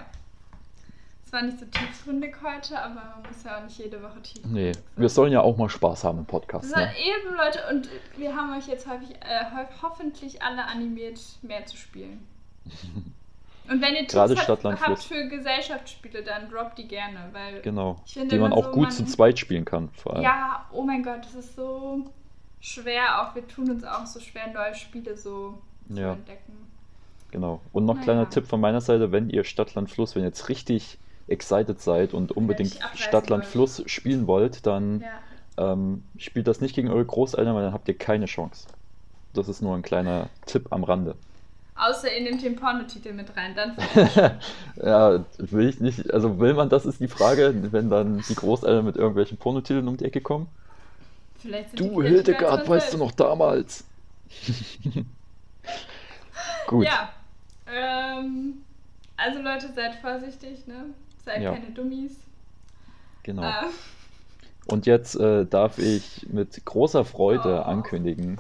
Speaker 2: Es war nicht so tiefgründig heute, aber man muss ja auch nicht jede Woche tiefgründig
Speaker 1: Nee,
Speaker 2: sein.
Speaker 1: wir sollen ja auch mal Spaß haben im
Speaker 2: Das
Speaker 1: Podcast,
Speaker 2: war
Speaker 1: ne?
Speaker 2: eben, Leute, und wir haben euch jetzt häufig, äh, ho hoffentlich alle animiert, mehr zu spielen. Und wenn ihr Tipps
Speaker 1: Gerade
Speaker 2: habt,
Speaker 1: Stadt, Land, Fluss.
Speaker 2: habt für Gesellschaftsspiele, dann droppt die gerne, weil
Speaker 1: Genau.
Speaker 2: Ich finde
Speaker 1: Die man
Speaker 2: immer
Speaker 1: auch
Speaker 2: so,
Speaker 1: gut
Speaker 2: man-
Speaker 1: zu zweit spielen kann, vor allem.
Speaker 2: Ja, oh mein Gott, das ist so schwer. Auch wir tun uns auch so schwer, neue Spiele so
Speaker 1: Ja.
Speaker 2: zu entdecken.
Speaker 1: Genau. Und noch
Speaker 2: Na
Speaker 1: kleiner
Speaker 2: ja.
Speaker 1: Tipp von meiner Seite, wenn ihr Stadtland Fluss, wenn ihr jetzt richtig excited seid und unbedingt
Speaker 2: nicht abreißen
Speaker 1: Stadtland
Speaker 2: wollt.
Speaker 1: Fluss spielen wollt, dann
Speaker 2: Ja.
Speaker 1: ähm, spielt das nicht gegen eure Großeltern, weil dann habt ihr keine Chance. Das ist nur ein kleiner Tipp am Rande.
Speaker 2: Außer ihr nehmt den Pornotitel mit rein, dann
Speaker 1: ja, will ich nicht, also will man, das ist die Frage, wenn dann die Großeltern mit irgendwelchen Pornotiteln um die Ecke kommen.
Speaker 2: vielleicht sind
Speaker 1: Du,
Speaker 2: die Kinder sogar
Speaker 1: Hildegard,
Speaker 2: drin
Speaker 1: weißt du
Speaker 2: selbst.
Speaker 1: noch damals? Gut,
Speaker 2: Ja. Ähm, also Leute, seid vorsichtig, ne? Seid
Speaker 1: Ja.
Speaker 2: keine Dummies.
Speaker 1: genau.
Speaker 2: Ähm,
Speaker 1: Und jetzt äh, darf ich mit großer Freude
Speaker 2: Oh.
Speaker 1: ankündigen.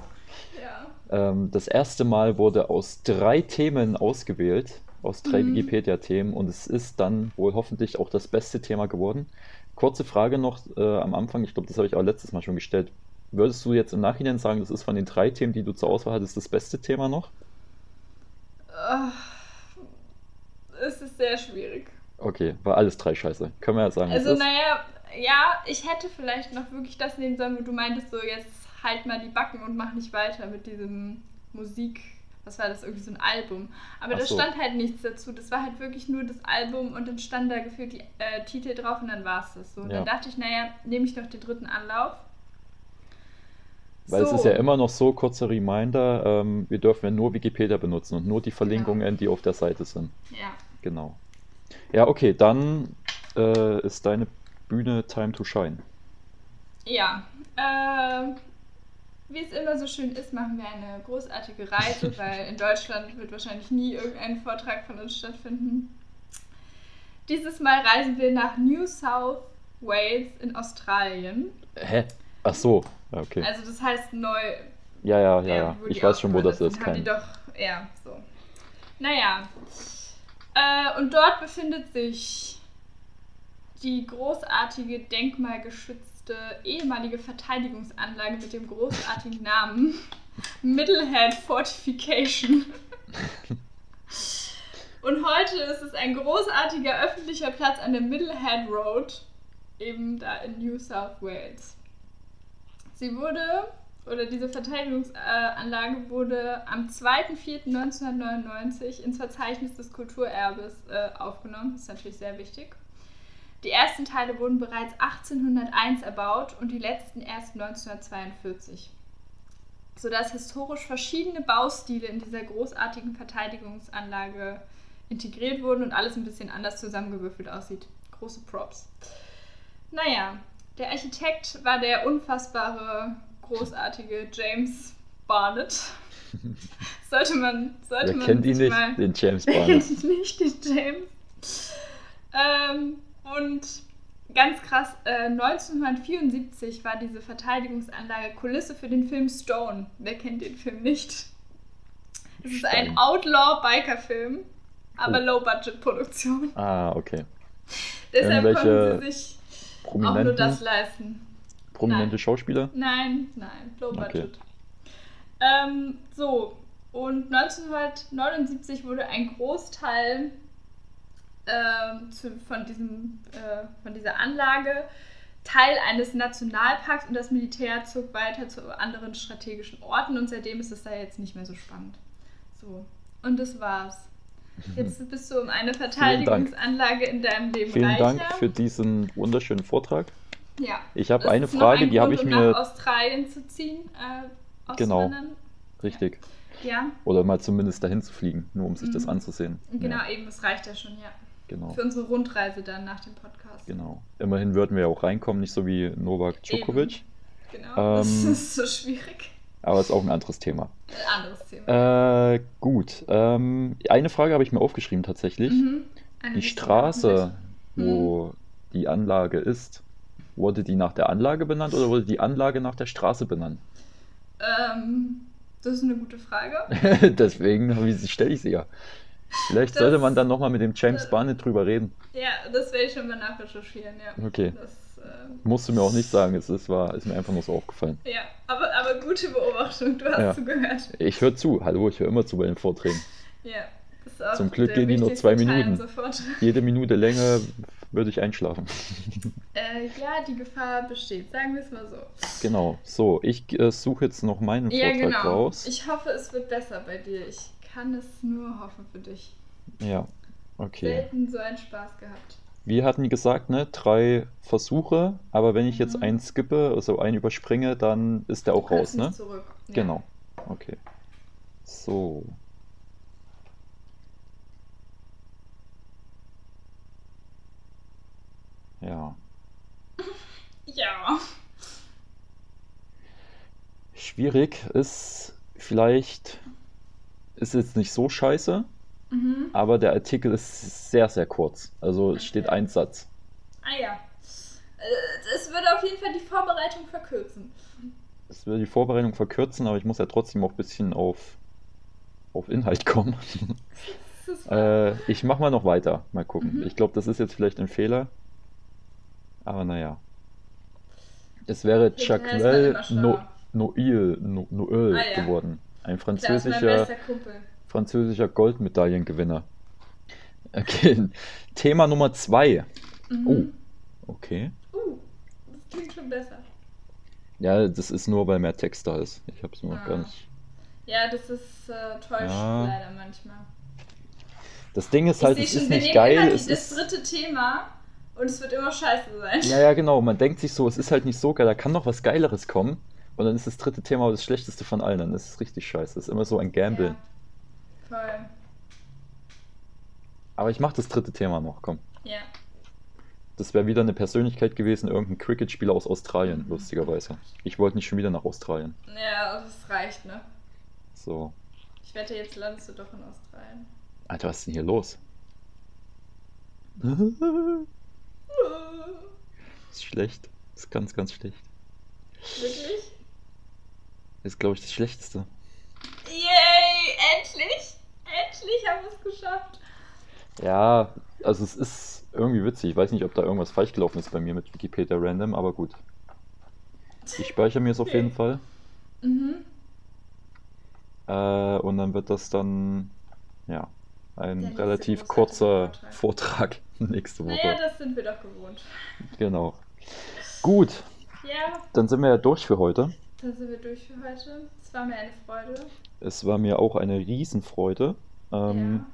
Speaker 2: ja.
Speaker 1: Ähm, das erste Mal wurde aus drei Themen ausgewählt, aus drei
Speaker 2: Mhm.
Speaker 1: Wikipedia-Themen, und es ist dann wohl hoffentlich auch das beste Thema geworden. Kurze Frage noch äh, am Anfang, ich glaube, das habe ich auch letztes Mal schon gestellt. Würdest du jetzt im Nachhinein sagen, das ist von den drei Themen, die du zur Auswahl hattest, das beste Thema noch?
Speaker 2: Oh, es ist sehr schwierig.
Speaker 1: Okay, war alles drei scheiße. Können wir ja sagen, was
Speaker 2: Also
Speaker 1: ist.
Speaker 2: naja, ja, ich hätte vielleicht noch wirklich das nehmen sollen, wo du meintest, so jetzt halt mal die Backen und mach nicht weiter mit diesem Musik. Was war das? Irgendwie so ein Album. Aber
Speaker 1: Ach
Speaker 2: da
Speaker 1: so.
Speaker 2: stand halt nichts dazu. Das war halt wirklich nur das Album und dann stand da gefühlt die äh, Titel drauf und dann war es das so. Und
Speaker 1: Ja.
Speaker 2: dann dachte ich, naja, nehme ich noch den dritten Anlauf.
Speaker 1: Weil es ist ja immer noch so, kurzer Reminder, ähm, wir dürfen ja nur Wikipedia benutzen und nur die
Speaker 2: Genau.
Speaker 1: Verlinkungen, die auf der Seite sind.
Speaker 2: Ja.
Speaker 1: Genau. Ja, okay, dann äh, ist deine Bühne Time to Shine.
Speaker 2: Ja. ähm, wie es immer so schön ist, machen wir eine großartige Reise, weil in Deutschland wird wahrscheinlich nie irgendein Vortrag von uns stattfinden. Dieses Mal reisen wir nach New South Wales in Australien.
Speaker 1: Hä? Ach so, ja, okay.
Speaker 2: Also das heißt neu.
Speaker 1: ja, ja, ja,
Speaker 2: äh,
Speaker 1: ja.
Speaker 2: wo
Speaker 1: Ich
Speaker 2: die
Speaker 1: weiß schon, wo das
Speaker 2: Auswahl
Speaker 1: ist.
Speaker 2: Haben halt die
Speaker 1: Kein...
Speaker 2: doch, ja, so. Naja. Äh, und dort befindet sich die großartige, denkmalgeschützte ehemalige Verteidigungsanlage mit dem großartigen Namen Middlehead Fortification. Und heute ist es ein großartiger öffentlicher Platz an der Middlehead Road, eben da in New South Wales. Sie wurde, oder diese Verteidigungsanlage wurde am 2.4.1999 ins Verzeichnis des Kulturerbes äh, aufgenommen. Das ist natürlich sehr wichtig. Die ersten Teile wurden bereits 1801 erbaut und die letzten erst 1942, sodass historisch verschiedene Baustile in dieser großartigen Verteidigungsanlage integriert wurden und alles ein bisschen anders zusammengewürfelt aussieht. Große Props. Naja, der Architekt war der unfassbare, großartige James Barnett. Sollte man, sollte
Speaker 1: Wer
Speaker 2: man
Speaker 1: kennt ihn
Speaker 2: sich
Speaker 1: nicht?
Speaker 2: mal
Speaker 1: Den James
Speaker 2: Wer
Speaker 1: Bond.
Speaker 2: kennt nicht den James? Ähm, und ganz krass, äh, 1974 war diese Verteidigungsanlage Kulisse für den Film Stone. Wer kennt den Film nicht? Es ist ein
Speaker 1: Stein.
Speaker 2: Outlaw-Biker-Film, aber
Speaker 1: Oh.
Speaker 2: Low-Budget-Produktion.
Speaker 1: Ah, okay.
Speaker 2: Deshalb konnten
Speaker 1: Irgendwelche
Speaker 2: sie sich auch nur das
Speaker 1: Prominenten,
Speaker 2: leisten.
Speaker 1: prominente
Speaker 2: Nein.
Speaker 1: Schauspieler?
Speaker 2: Nein, nein, low
Speaker 1: Okay.
Speaker 2: budget. Ähm, so, und 1979 wurde ein Großteil ähm, zu, von, diesem, äh, von dieser Anlage Teil eines Nationalparks und das Militär zog weiter zu anderen strategischen Orten und seitdem ist es da jetzt nicht mehr so spannend. So, und das war's.
Speaker 1: Mhm.
Speaker 2: Jetzt bist du um eine Verteidigungsanlage in deinem Leben
Speaker 1: Vielen
Speaker 2: reicher.
Speaker 1: Dank für diesen wunderschönen Vortrag.
Speaker 2: Ja.
Speaker 1: Ich habe
Speaker 2: Das
Speaker 1: eine
Speaker 2: ist noch
Speaker 1: Frage,
Speaker 2: ein
Speaker 1: die habe
Speaker 2: Grund,
Speaker 1: ich
Speaker 2: um
Speaker 1: mir.
Speaker 2: nach Australien zu ziehen, äh,
Speaker 1: Genau.
Speaker 2: auszuwandern.
Speaker 1: Richtig.
Speaker 2: Ja,
Speaker 1: Oder mal zumindest dahin zu fliegen, nur um sich das
Speaker 2: Mhm.
Speaker 1: anzusehen.
Speaker 2: genau,
Speaker 1: Ja,
Speaker 2: eben, es reicht ja schon, ja.
Speaker 1: genau.
Speaker 2: Für unsere Rundreise dann nach dem Podcast.
Speaker 1: Genau. Immerhin würden wir ja auch reinkommen, nicht so wie Novak Djokovic.
Speaker 2: Genau, das
Speaker 1: Ähm.
Speaker 2: ist so schwierig.
Speaker 1: Aber ist auch ein anderes Thema.
Speaker 2: Ein anderes Thema.
Speaker 1: Äh, gut. Ähm, eine Frage habe ich mir aufgeschrieben tatsächlich.
Speaker 2: Mhm. Eine
Speaker 1: Die
Speaker 2: wichtige
Speaker 1: Straße,
Speaker 2: Nachricht.
Speaker 1: wo die Anlage ist, wurde die nach der Anlage benannt oder wurde die Anlage nach der Straße benannt?
Speaker 2: Ähm, das ist eine gute Frage.
Speaker 1: Deswegen habe ich- stelle ich sie ja. Vielleicht
Speaker 2: Das-
Speaker 1: sollte man dann nochmal mit dem James
Speaker 2: äh,
Speaker 1: Barnett drüber reden.
Speaker 2: Ja, das werde ich schon mal nachrecherchieren, ja.
Speaker 1: Okay.
Speaker 2: Das, äh,
Speaker 1: Musst du mir auch nicht sagen, es ist, war, ist mir einfach nur so aufgefallen.
Speaker 2: ja, aber, aber gute Beobachtung, du hast
Speaker 1: Ja.
Speaker 2: zugehört.
Speaker 1: Ich höre zu. Hallo, ich höre immer zu bei den Vorträgen.
Speaker 2: Ja, das ist auch
Speaker 1: Zum Glück
Speaker 2: der
Speaker 1: gehen die nur
Speaker 2: wichtigste
Speaker 1: zwei
Speaker 2: Teil
Speaker 1: Minuten.
Speaker 2: unserer Vorträge.
Speaker 1: Jede Minute länger würde ich einschlafen.
Speaker 2: Äh, ja, die Gefahr besteht, sagen wir es mal so.
Speaker 1: Genau. So, ich äh, suche jetzt noch meinen
Speaker 2: Ja,
Speaker 1: Vortrag
Speaker 2: genau.
Speaker 1: raus.
Speaker 2: Ich hoffe, es wird besser bei dir. Ich kann es nur hoffen für dich.
Speaker 1: Ja. Okay.
Speaker 2: Selten so einen Spaß gehabt.
Speaker 1: wir hatten gesagt, ne, drei Versuche, aber wenn ich jetzt einen skippe, also einen überspringe, dann ist der auch raus,
Speaker 2: Kannst
Speaker 1: ne?
Speaker 2: nicht Zurück. Ja.
Speaker 1: Genau. Okay. So. Ja.
Speaker 2: Ja.
Speaker 1: Schwierig ist vielleicht, ist jetzt nicht so scheiße,
Speaker 2: Mhm.
Speaker 1: aber der Artikel ist sehr, sehr kurz. Also es steht
Speaker 2: Okay.
Speaker 1: ein Satz.
Speaker 2: Ah ja. Äh, Es würde auf jeden Fall die Vorbereitung verkürzen.
Speaker 1: Es würde die Vorbereitung verkürzen, aber ich muss ja trotzdem auch ein bisschen auf, auf Inhalt kommen.
Speaker 2: Das ist
Speaker 1: Äh, ich mach mal noch weiter. Mal gucken.
Speaker 2: Mhm.
Speaker 1: Ich glaube, das ist jetzt vielleicht ein Fehler. Aber naja. Es wäre
Speaker 2: Hinterher ist man
Speaker 1: Jacquel
Speaker 2: immer
Speaker 1: no
Speaker 2: schlauer.
Speaker 1: Noël, no Noël
Speaker 2: Ah, ja.
Speaker 1: geworden. Ein
Speaker 2: Klar, ist mein
Speaker 1: französischer,
Speaker 2: bester Kumpel.
Speaker 1: französischer Goldmedaillengewinner. Okay. Thema Nummer zwei.
Speaker 2: Mhm.
Speaker 1: Okay.
Speaker 2: Oh. Uh, das klingt schon besser.
Speaker 1: Ja, das ist nur, weil mehr Text da ist. Ich habe es nur noch gar
Speaker 2: Ah.
Speaker 1: nicht.
Speaker 2: Ja, das ist äh, täuscht
Speaker 1: Ja.
Speaker 2: leider manchmal.
Speaker 1: Das Ding ist
Speaker 2: Ich
Speaker 1: halt,
Speaker 2: sehe
Speaker 1: es
Speaker 2: schon,
Speaker 1: ist
Speaker 2: wir
Speaker 1: nicht
Speaker 2: nehmen
Speaker 1: geil.
Speaker 2: immer
Speaker 1: Es
Speaker 2: die, das
Speaker 1: ist,
Speaker 2: dritte Thema und es wird immer scheiße sein.
Speaker 1: Ja, ja, genau. Man denkt sich so, es ist halt nicht so geil, da kann noch was Geileres kommen. Und dann ist das dritte Thema das schlechteste von allen. Dann ist es richtig scheiße. Das ist immer so ein Gamble.
Speaker 2: Ja. Voll.
Speaker 1: Aber ich mach das dritte Thema noch, komm.
Speaker 2: Ja.
Speaker 1: Das wäre wieder eine Persönlichkeit gewesen, irgendein Cricket-Spieler aus Australien,
Speaker 2: Mhm.
Speaker 1: lustigerweise. Ich wollte nicht schon wieder nach Australien.
Speaker 2: Ja, das reicht, ne?
Speaker 1: So.
Speaker 2: Ich wette, jetzt landest du doch in Australien.
Speaker 1: Alter, was ist denn hier los? ist schlecht. Ist ganz, ganz schlecht.
Speaker 2: Wirklich?
Speaker 1: Ist, glaube ich, das Schlechteste.
Speaker 2: Yay! Endlich! Endlich haben wir es geschafft!
Speaker 1: Ja, also es ist irgendwie witzig. Ich weiß nicht, ob da irgendwas falsch gelaufen ist bei mir mit Wikipedia Random, aber gut. Ich speichere mir es auf
Speaker 2: Okay.
Speaker 1: jeden Fall.
Speaker 2: Mhm.
Speaker 1: Äh, und dann wird das dann, ja, ein
Speaker 2: Der nächste
Speaker 1: relativ
Speaker 2: großartige
Speaker 1: kurzer
Speaker 2: Vortrag.
Speaker 1: Vortrag nächste
Speaker 2: Naja,
Speaker 1: Woche.
Speaker 2: das sind wir doch gewohnt.
Speaker 1: Genau. Gut,
Speaker 2: Ja,
Speaker 1: dann sind wir ja durch für heute.
Speaker 2: dann sind wir durch für heute. Es war mir eine Freude.
Speaker 1: Es war mir auch eine Riesenfreude. Ähm,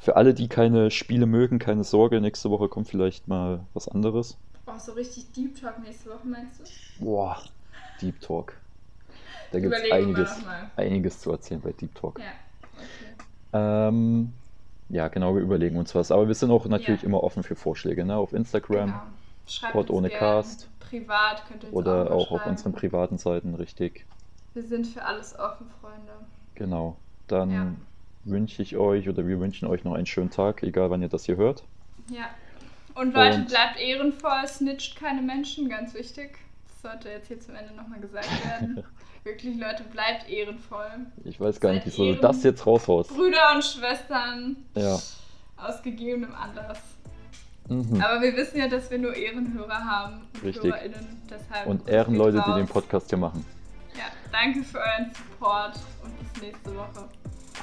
Speaker 1: für alle, die keine Spiele mögen, keine Sorge, nächste Woche kommt vielleicht mal was anderes.
Speaker 2: ja. Oh, so richtig Deep Talk nächste Woche, meinst du?
Speaker 1: Boah, Deep Talk. Da gibt es
Speaker 2: Überlegen wir
Speaker 1: einiges.
Speaker 2: nochmal.
Speaker 1: einiges zu erzählen bei Deep Talk.
Speaker 2: Ja. Okay.
Speaker 1: Ja, ähm, ja genau, wir überlegen uns was. Aber wir sind auch natürlich
Speaker 2: Ja.
Speaker 1: immer offen für Vorschläge, ne? Auf Instagram
Speaker 2: Genau. Schreibt
Speaker 1: Pod
Speaker 2: uns
Speaker 1: ohne
Speaker 2: gerne
Speaker 1: Cast.
Speaker 2: Privat könnt ihr uns
Speaker 1: oder
Speaker 2: mal
Speaker 1: auch auf
Speaker 2: schreiben.
Speaker 1: unseren privaten Seiten, richtig.
Speaker 2: Wir sind für alles offen, Freunde.
Speaker 1: Genau. Dann
Speaker 2: Ja.
Speaker 1: wünsche ich euch oder wir wünschen euch noch einen schönen Tag, egal wann ihr das hier hört.
Speaker 2: Ja. Und Leute,
Speaker 1: Und-
Speaker 2: bleibt ehrenvoll, snitcht keine Menschen, ganz wichtig. Das sollte jetzt hier zum Ende nochmal gesagt werden. Wirklich, Leute, bleibt ehrenvoll.
Speaker 1: Ich weiß gar nicht,
Speaker 2: Seid
Speaker 1: wieso du
Speaker 2: Ehren-
Speaker 1: das jetzt raushaust.
Speaker 2: Brüder und Schwestern
Speaker 1: Ja.
Speaker 2: aus gegebenem Anlass.
Speaker 1: Mhm.
Speaker 2: Aber wir wissen ja, dass wir nur Ehrenhörer haben und
Speaker 1: Richtig.
Speaker 2: HörerInnen. Deshalb
Speaker 1: Und
Speaker 2: geht
Speaker 1: Ehrenleute, die
Speaker 2: raus.
Speaker 1: den Podcast hier machen.
Speaker 2: Ja, danke für euren Support und bis nächste Woche.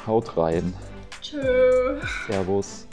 Speaker 1: Haut rein.
Speaker 2: Tschö.
Speaker 1: Servus.